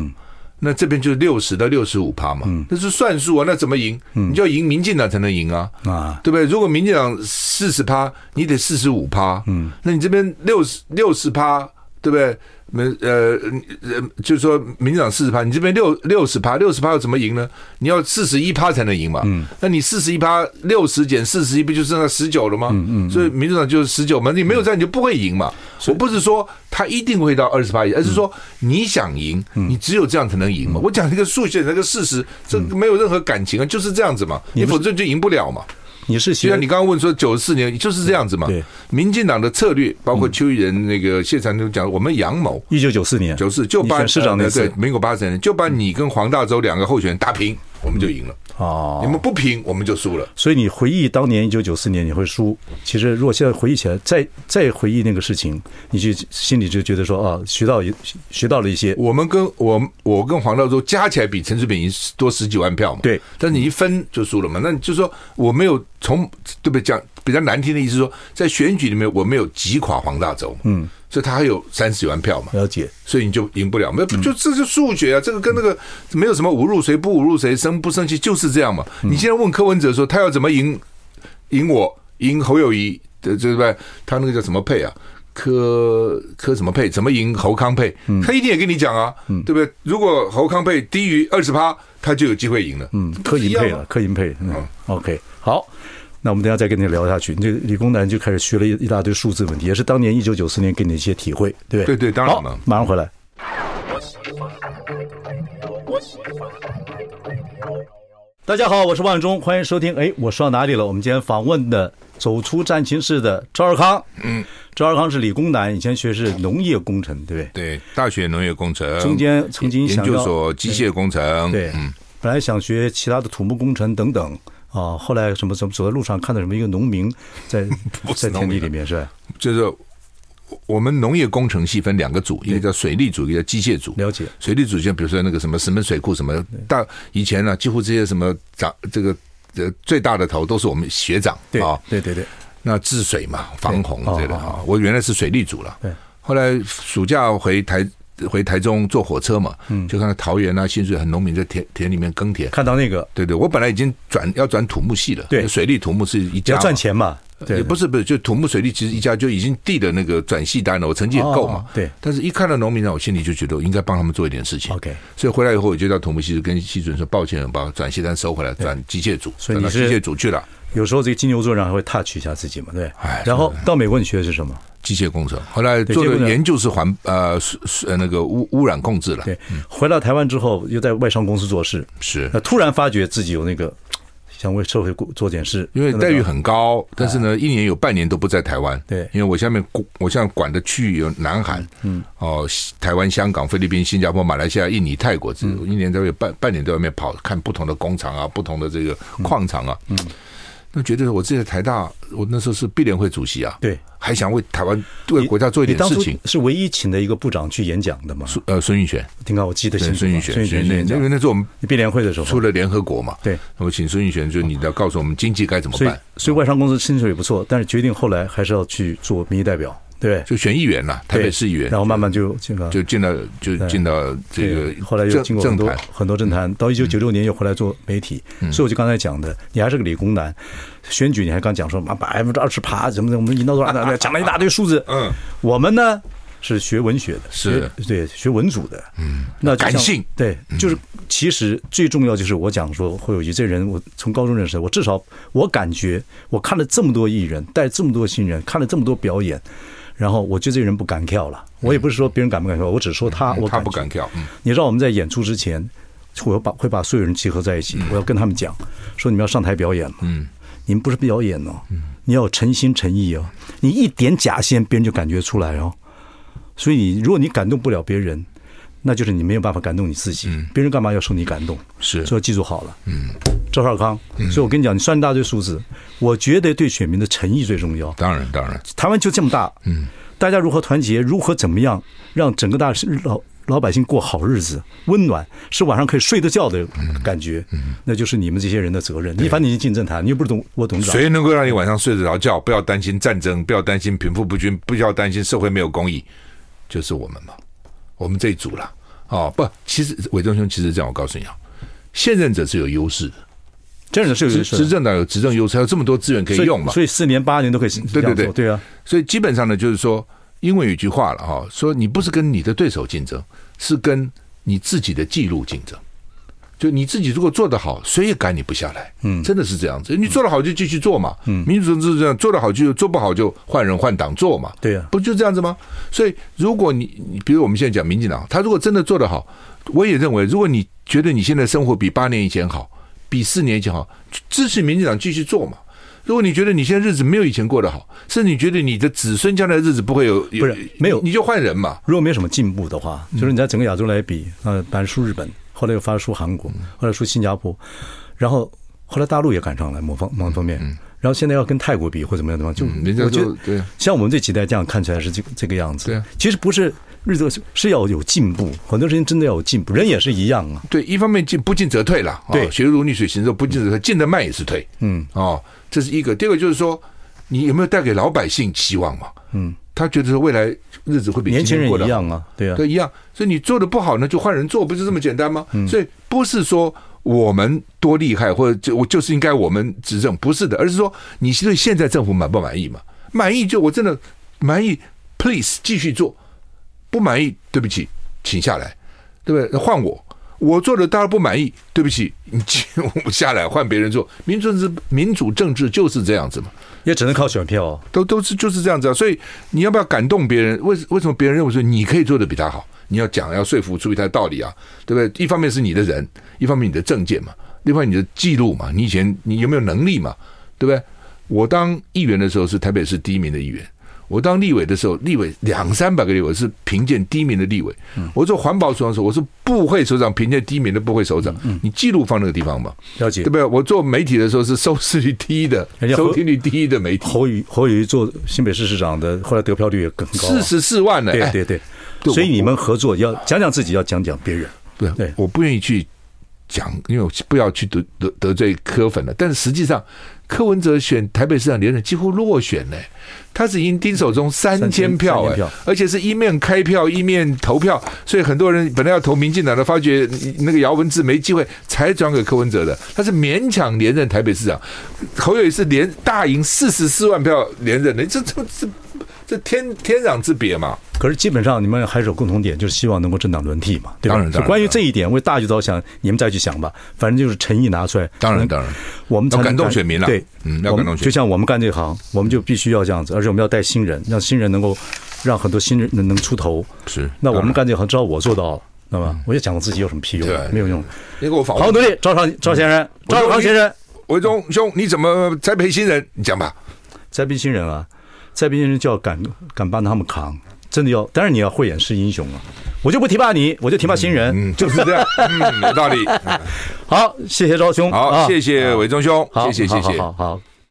[SPEAKER 2] 那这边就是六十到六十五趴嘛，
[SPEAKER 1] 嗯
[SPEAKER 2] 那是算术啊，那怎么赢？你就要赢民进党才能赢啊，
[SPEAKER 1] 啊，
[SPEAKER 2] 对不对？如果民进党四十趴，你得四十五趴，嗯，那你这边六十六十趴，对不对？民呃呃，就是说民进党四十趴，你这边六六十趴，六十趴要怎么赢呢？你要四十一趴才能赢嘛，嗯，那你四十一趴，六十减四十一，不就剩下十九了吗？嗯嗯，所以民进党就是十九嘛，你没有这样你就不会赢嘛。我不是嗯说他一定会到二十趴，而是说你想赢，你只有这样才能赢嘛。我讲这个数学，那个事实，这个没有任何感情啊，就是这样子嘛，你否则就赢不了嘛。
[SPEAKER 1] 你是
[SPEAKER 2] 就
[SPEAKER 1] 学
[SPEAKER 2] 像你刚刚问说，九四年就是这样子嘛。
[SPEAKER 1] 对
[SPEAKER 2] 民进党的策略，包括邱毅人那个谢长廷讲，我们杨某
[SPEAKER 1] 一九九四年
[SPEAKER 2] 九四就
[SPEAKER 1] 你
[SPEAKER 2] 把
[SPEAKER 1] 选市长那
[SPEAKER 2] 呃对
[SPEAKER 1] 次
[SPEAKER 2] 民国八十年就把你跟黄大洲两个候选人打平，我们就赢了。
[SPEAKER 1] 哦
[SPEAKER 2] 你，们不平，我们就输了。
[SPEAKER 1] 所以你回忆当年一九九四年你会输。其实如果现在回忆起来，再再回忆那个事情，你就心里就觉得说啊，学到一学到了一些。
[SPEAKER 2] 我们跟我我跟黄道周加起来比陈水扁赢多十几万票嘛，
[SPEAKER 1] 对。
[SPEAKER 2] 但是你一分就输了嘛，那你就说我没有从对不对讲比较难听的意思说，在选举里面我没有击垮黄大洲，嗯，所以他还有三十几万票嘛，
[SPEAKER 1] 了解，
[SPEAKER 2] 所以你就赢不了。没有
[SPEAKER 1] 嗯
[SPEAKER 2] 就这是数学啊，这个跟那个没有什么侮辱谁不侮辱谁，生不生气就是这样嘛。
[SPEAKER 1] 嗯
[SPEAKER 2] 你现在问柯文哲说他要怎么赢赢我赢侯友谊，呃，就是吧他那个叫什么配啊？柯柯什么配？怎么赢侯康配？
[SPEAKER 1] 嗯
[SPEAKER 2] 他一定也跟你讲啊，对不对？如果侯康配低于二十趴，他就有机会赢了。
[SPEAKER 1] 嗯，柯银
[SPEAKER 2] 一
[SPEAKER 1] 配了
[SPEAKER 2] 样啊，
[SPEAKER 1] 柯银配，嗯
[SPEAKER 2] 嗯
[SPEAKER 1] ，OK，好，那我们等一下再跟你聊下去。你这个理工男就开始学了一一大堆数字问题，也是当年一九九四年给你的一些体会，对不对？
[SPEAKER 2] 对对当然
[SPEAKER 1] 好
[SPEAKER 2] 了
[SPEAKER 1] 马上回来。大家好，我是万忠，欢迎收听。哎，我说到哪里了？我们今天访问的走出战情室的赵二康，嗯，赵二康是理工男，以前学是农业工程，对不对？
[SPEAKER 2] 对，大学农业工程
[SPEAKER 1] 中间曾经想要
[SPEAKER 2] 机械工程嗯
[SPEAKER 1] 对，本来想学其他的土木工程等等啊，后来什么什么走在路上看到什么一个农民在
[SPEAKER 2] 不是
[SPEAKER 1] 在田
[SPEAKER 2] 农
[SPEAKER 1] 地
[SPEAKER 2] 民啊
[SPEAKER 1] 里面是吧？
[SPEAKER 2] 就是我们农业工程系分两个组，一个叫水利组，一个叫机械组。
[SPEAKER 1] 嗯了解嗯
[SPEAKER 2] 水利组就比如说那个什么石门水库什么大，以前呢、几乎这些什么长这个呃最大的头都是我们学长
[SPEAKER 1] 对
[SPEAKER 2] 啊。
[SPEAKER 1] 对对对，
[SPEAKER 2] 那治水嘛，防洪
[SPEAKER 1] 对
[SPEAKER 2] 这类
[SPEAKER 1] 哦
[SPEAKER 2] 啊。我原来是水利组了
[SPEAKER 1] 对，
[SPEAKER 2] 后来暑假回台回台中坐火车嘛，
[SPEAKER 1] 嗯
[SPEAKER 2] 就看到桃园啊、新水很农民在田田里面耕田。
[SPEAKER 1] 看到那个
[SPEAKER 2] 对对，我本来已经转要转土木系了，
[SPEAKER 1] 对
[SPEAKER 2] 水利土木是一家
[SPEAKER 1] 要
[SPEAKER 2] 嘛呃
[SPEAKER 1] 赚，钱嘛，对，
[SPEAKER 2] 也不是不是，就土木水利其实一家就已经递了那个转系单了，我成绩也够嘛
[SPEAKER 1] 哦，对
[SPEAKER 2] 但是一看到农民呢，我心里就觉得我应该帮他们做一点事情。
[SPEAKER 1] OK
[SPEAKER 2] 所以回来以后我就到土木系跟系主任说，抱歉，把转系单收回来，转机械组，
[SPEAKER 1] 所以
[SPEAKER 2] 转
[SPEAKER 1] 你
[SPEAKER 2] 到机
[SPEAKER 1] 是
[SPEAKER 2] 械组去了，
[SPEAKER 1] 有时候这个金牛座人还会 touch 一下自己嘛，对
[SPEAKER 2] 哎。嗯
[SPEAKER 1] 然后到美国你学的是什么？
[SPEAKER 2] 机械工程。后来
[SPEAKER 1] 对
[SPEAKER 2] 做
[SPEAKER 1] 结果
[SPEAKER 2] 的
[SPEAKER 1] 呢
[SPEAKER 2] 研究是环呃是是呃那个污污染控制了，
[SPEAKER 1] 对，回到台湾之后又在外商公司做事，
[SPEAKER 2] 是
[SPEAKER 1] 那突然发觉自己有那个想为社会做点事，
[SPEAKER 2] 因为
[SPEAKER 1] 那个
[SPEAKER 2] 待遇很高，但是呢，一年有半年都不在台湾。
[SPEAKER 1] 啊对
[SPEAKER 2] 因为我下面我现在管的区域有南韩，嗯，哦，台湾、香港、菲律宾、新加坡、马来西亚、印尼、泰国，这
[SPEAKER 1] 嗯
[SPEAKER 2] 一年都有半半年在外面跑，看不同的工厂啊，不同的这个矿场啊，嗯，那觉得我自己在台大，我那时候是毕联会主席啊，，
[SPEAKER 1] 对。
[SPEAKER 2] 还想为台湾为国家做一
[SPEAKER 1] 你
[SPEAKER 2] 点
[SPEAKER 1] 当
[SPEAKER 2] 事
[SPEAKER 1] 初
[SPEAKER 2] 情。
[SPEAKER 1] 是唯一请的一个部长去演讲的嘛？
[SPEAKER 2] 孙呃，孙运璇，
[SPEAKER 1] 听到我记得
[SPEAKER 2] 对，
[SPEAKER 1] 清楚嘛，
[SPEAKER 2] 孙运璇，
[SPEAKER 1] 孙运璇去演
[SPEAKER 2] 因为
[SPEAKER 1] 讲，
[SPEAKER 2] 那时候我们
[SPEAKER 1] 你毕联会的时候
[SPEAKER 2] 出了联合国嘛，
[SPEAKER 1] 对，
[SPEAKER 2] 我请孙运璇，就你要告诉我们经济该怎么
[SPEAKER 1] 所以
[SPEAKER 2] 办。嗯
[SPEAKER 1] 所以外商公司薪水也不错，但是决定后来还是要去做民意代表，对不对，
[SPEAKER 2] 就选议员了，台北市议员
[SPEAKER 1] 然，后慢慢就进了，
[SPEAKER 2] 就进到就进到这
[SPEAKER 1] 对
[SPEAKER 2] 个
[SPEAKER 1] 后来又
[SPEAKER 2] 政
[SPEAKER 1] 经过很
[SPEAKER 2] 政
[SPEAKER 1] 多
[SPEAKER 2] 坛，嗯
[SPEAKER 1] 很多政坛，到一九九六年又回来做媒体，所以我就刚才讲的，你还是个理工男，选举你还刚讲说嘛百分之二十趴什么的，我们赢到多少， 讲了一大堆数字，
[SPEAKER 2] 嗯，
[SPEAKER 1] 我们呢是学文学的，
[SPEAKER 2] 是
[SPEAKER 1] 学对学文组的，嗯，那就像
[SPEAKER 2] 感性嗯
[SPEAKER 1] 对，就是其实最重要就是我讲说会有一这人，我从高中认识的，我至少我感觉我看了这么多艺人，带这么多新人，看了这么多表演。然后我觉得这个人不敢跳了，我也不是说别人敢不敢跳，我只说他，我
[SPEAKER 2] 他不
[SPEAKER 1] 觉
[SPEAKER 2] 敢跳，嗯，
[SPEAKER 1] 你知道我们在演出之前，我把会把所有人集合在一起，我要跟他们讲，说你们要上台表演了，嗯，你们不是表演哦，你要有诚心诚意哦，你一点假先别人就感觉出来哦，所以你如果你感动不了别人，那就是你没有办法感动你自己，别人干嘛要受你感动？
[SPEAKER 2] 是
[SPEAKER 1] 所以记住好了，嗯，赵少康，所以我跟你讲，你算一大堆数字，我觉得对选民的诚意最重要，
[SPEAKER 2] 当然当然，
[SPEAKER 1] 台湾就这么大，嗯，大家如何团结，如何怎么样，让整个大市老老百姓过好日子，温暖是晚上可以睡得觉的感觉，那就是你们这些人的责任。你反正你已经进政坛，你又不是董我董事长，
[SPEAKER 2] 谁能够让你晚上睡得着觉，不要担心战争，不要担心贫富不均，不要担心社会没有公义，就是我们嘛，我们这一组了。哦，不，其实伟忠兄，其实这样，我告诉你啊，现任者是有优势的，
[SPEAKER 1] 真的是有
[SPEAKER 2] 执
[SPEAKER 1] 人
[SPEAKER 2] 执政党有执政优势，还有这么多资源可以
[SPEAKER 1] 所以
[SPEAKER 2] 用嘛，
[SPEAKER 1] 所以四年八年都可以
[SPEAKER 2] 对对对
[SPEAKER 1] 对啊，
[SPEAKER 2] 所以基本上呢，就是说，英文有句话了哈、说你不是跟你的对手竞争，是跟你自己的记录竞争。就你自己如果做得好，谁也赶你不下来。嗯，真的是这样子。你做得好就继续做嘛。嗯，民主政治是这样，做得好就做不好就换人换党做嘛。
[SPEAKER 1] 对啊
[SPEAKER 2] 不就这样子吗？所以如果你，你比如我们现在讲民进党，他如果真的做得好，我也认为，如果你觉得你现在生活比八年以前好，比四年以前好，支持民进党继续做嘛。如果你觉得你现在日子没有以前过得好，甚至你觉得你的子孙将来的日子不会有，有
[SPEAKER 1] 不是没有
[SPEAKER 2] 你就换人嘛。
[SPEAKER 1] 如果没有什么进步的话，
[SPEAKER 2] 嗯
[SPEAKER 1] 就是你在整个亚洲来比，呃，本来输日本，后来又发输韩国，
[SPEAKER 2] 嗯
[SPEAKER 1] 后来输新加坡，然后后来大陆也赶上来某方某方面，然后现在要跟泰国比或怎么样怎么样，就、
[SPEAKER 2] 嗯人家
[SPEAKER 1] 我觉
[SPEAKER 2] 就
[SPEAKER 1] 得
[SPEAKER 2] 对啊
[SPEAKER 1] 像我们这几代这样看起来是这个这个样子，
[SPEAKER 2] 对啊
[SPEAKER 1] 其实不是日子是要有进步，很多事情真的要有进步，人也是一样啊，
[SPEAKER 2] 对，一方面进不进则退了，
[SPEAKER 1] 对
[SPEAKER 2] 哦、学如逆水行舟，不进则退，进得慢也是退，嗯，哦，这是一个。第二个就是说，你有没有带给老百姓希望嘛？嗯，他觉得说未来日子会比
[SPEAKER 1] 年
[SPEAKER 2] 今
[SPEAKER 1] 轻
[SPEAKER 2] 天
[SPEAKER 1] 人
[SPEAKER 2] 过得
[SPEAKER 1] 一
[SPEAKER 2] 好
[SPEAKER 1] 样啊，对啊，
[SPEAKER 2] 对，一样。所以你做的不好呢，就换人做，不是这么简单吗？
[SPEAKER 1] 嗯
[SPEAKER 2] 所以不是说我们多厉害，或者就我就是应该我们执政，不是的，而是说你对现在政府满不满意嘛？满意就我真的满意，please 继续做；不满意，对不起，请下来，对不对？换我。我做的当然不满意，对不起，你请 我下来换别人做。民主政治，民主政治就是这样子嘛。
[SPEAKER 1] 也只能靠选票、哦。
[SPEAKER 2] 都都是就是这样子啊。所以你要不要感动别人？为为什么别人认为说你可以做的比他好？你要讲，要说服出一条道理啊，对不对？一方面是你的人，一方面你的证件嘛，另外你的记录嘛，你以前你有没有能力嘛，对不对？我当议员的时候是台北市第一名的议员，我当立委的时候，立委两三百个立委是评鉴第一名的立委。
[SPEAKER 1] 嗯
[SPEAKER 2] 我做环保首长的时候，我是部会首长评鉴第一名的部会首长。你记录放那个地方吧，
[SPEAKER 1] 了嗯解
[SPEAKER 2] 对不对？我做媒体的时候是收视率第一的
[SPEAKER 1] 人，家侯
[SPEAKER 2] 收听率第一的媒体，
[SPEAKER 1] 侯宇侯宇做新北市市长的，后来得票率也更高、啊
[SPEAKER 2] 四十四万呢。
[SPEAKER 1] 对
[SPEAKER 2] 哎
[SPEAKER 1] 对对，
[SPEAKER 2] 对
[SPEAKER 1] 所以
[SPEAKER 2] 我
[SPEAKER 1] 你们合作要讲讲自己，要讲讲别人。
[SPEAKER 2] 对，
[SPEAKER 1] 对
[SPEAKER 2] 我不愿意去讲，因为我不要去得得得罪柯粉了。但是实际上，柯文哲选台北市长连任几乎落选呢、他是赢丁守中三千票、
[SPEAKER 1] 3000
[SPEAKER 2] 哎
[SPEAKER 1] 票
[SPEAKER 2] 而且是一面开票一面投票，所以很多人本来要投民进党的，发觉嗯那个姚文智没机会，才转给柯文哲的。他是勉强连任台北市长，侯友宜是连大赢四十四万票连任的，这这这这天天壤之别嘛。
[SPEAKER 1] 可是基本上你们还是有共同点，就是希望能够政党轮替嘛，对吧？
[SPEAKER 2] 当然当然
[SPEAKER 1] 所以关于这一点，为大局着想，你们再去想吧。反正就是诚意拿出来，
[SPEAKER 2] 当
[SPEAKER 1] 才能
[SPEAKER 2] 然当然
[SPEAKER 1] 我们才能
[SPEAKER 2] 要感动选民啦
[SPEAKER 1] 对，
[SPEAKER 2] 嗯要感动选民
[SPEAKER 1] 我们就像我们干这行，我们就必须要这样子，而且我们要带新人，让新人能够让很多新人能能出头。
[SPEAKER 2] 是
[SPEAKER 1] 那我
[SPEAKER 2] 当
[SPEAKER 1] 们
[SPEAKER 2] 然
[SPEAKER 1] 干这行，至少我做到了，那么我就讲我自己有什么屁用
[SPEAKER 2] 对？嗯
[SPEAKER 1] 没有用。
[SPEAKER 2] 你给我访问
[SPEAKER 1] 好，努力，赵少赵先生，赵少康先生，
[SPEAKER 2] 伟
[SPEAKER 1] 嗯
[SPEAKER 2] 忠兄，你怎么栽培新人？你讲吧。
[SPEAKER 1] 灾变新人啊，灾变新人就要敢敢帮他们扛，真的要。当然你要慧眼识英雄啊，我就不提拔你，我就提拔新人。
[SPEAKER 2] 嗯，就是这样，嗯，有道理。
[SPEAKER 1] 好，谢谢赵兄，
[SPEAKER 2] 好，
[SPEAKER 1] 啊
[SPEAKER 2] 谢谢伟忠兄，
[SPEAKER 1] 好，
[SPEAKER 2] 谢谢，谢
[SPEAKER 1] 好
[SPEAKER 2] 谢。
[SPEAKER 1] 好好好。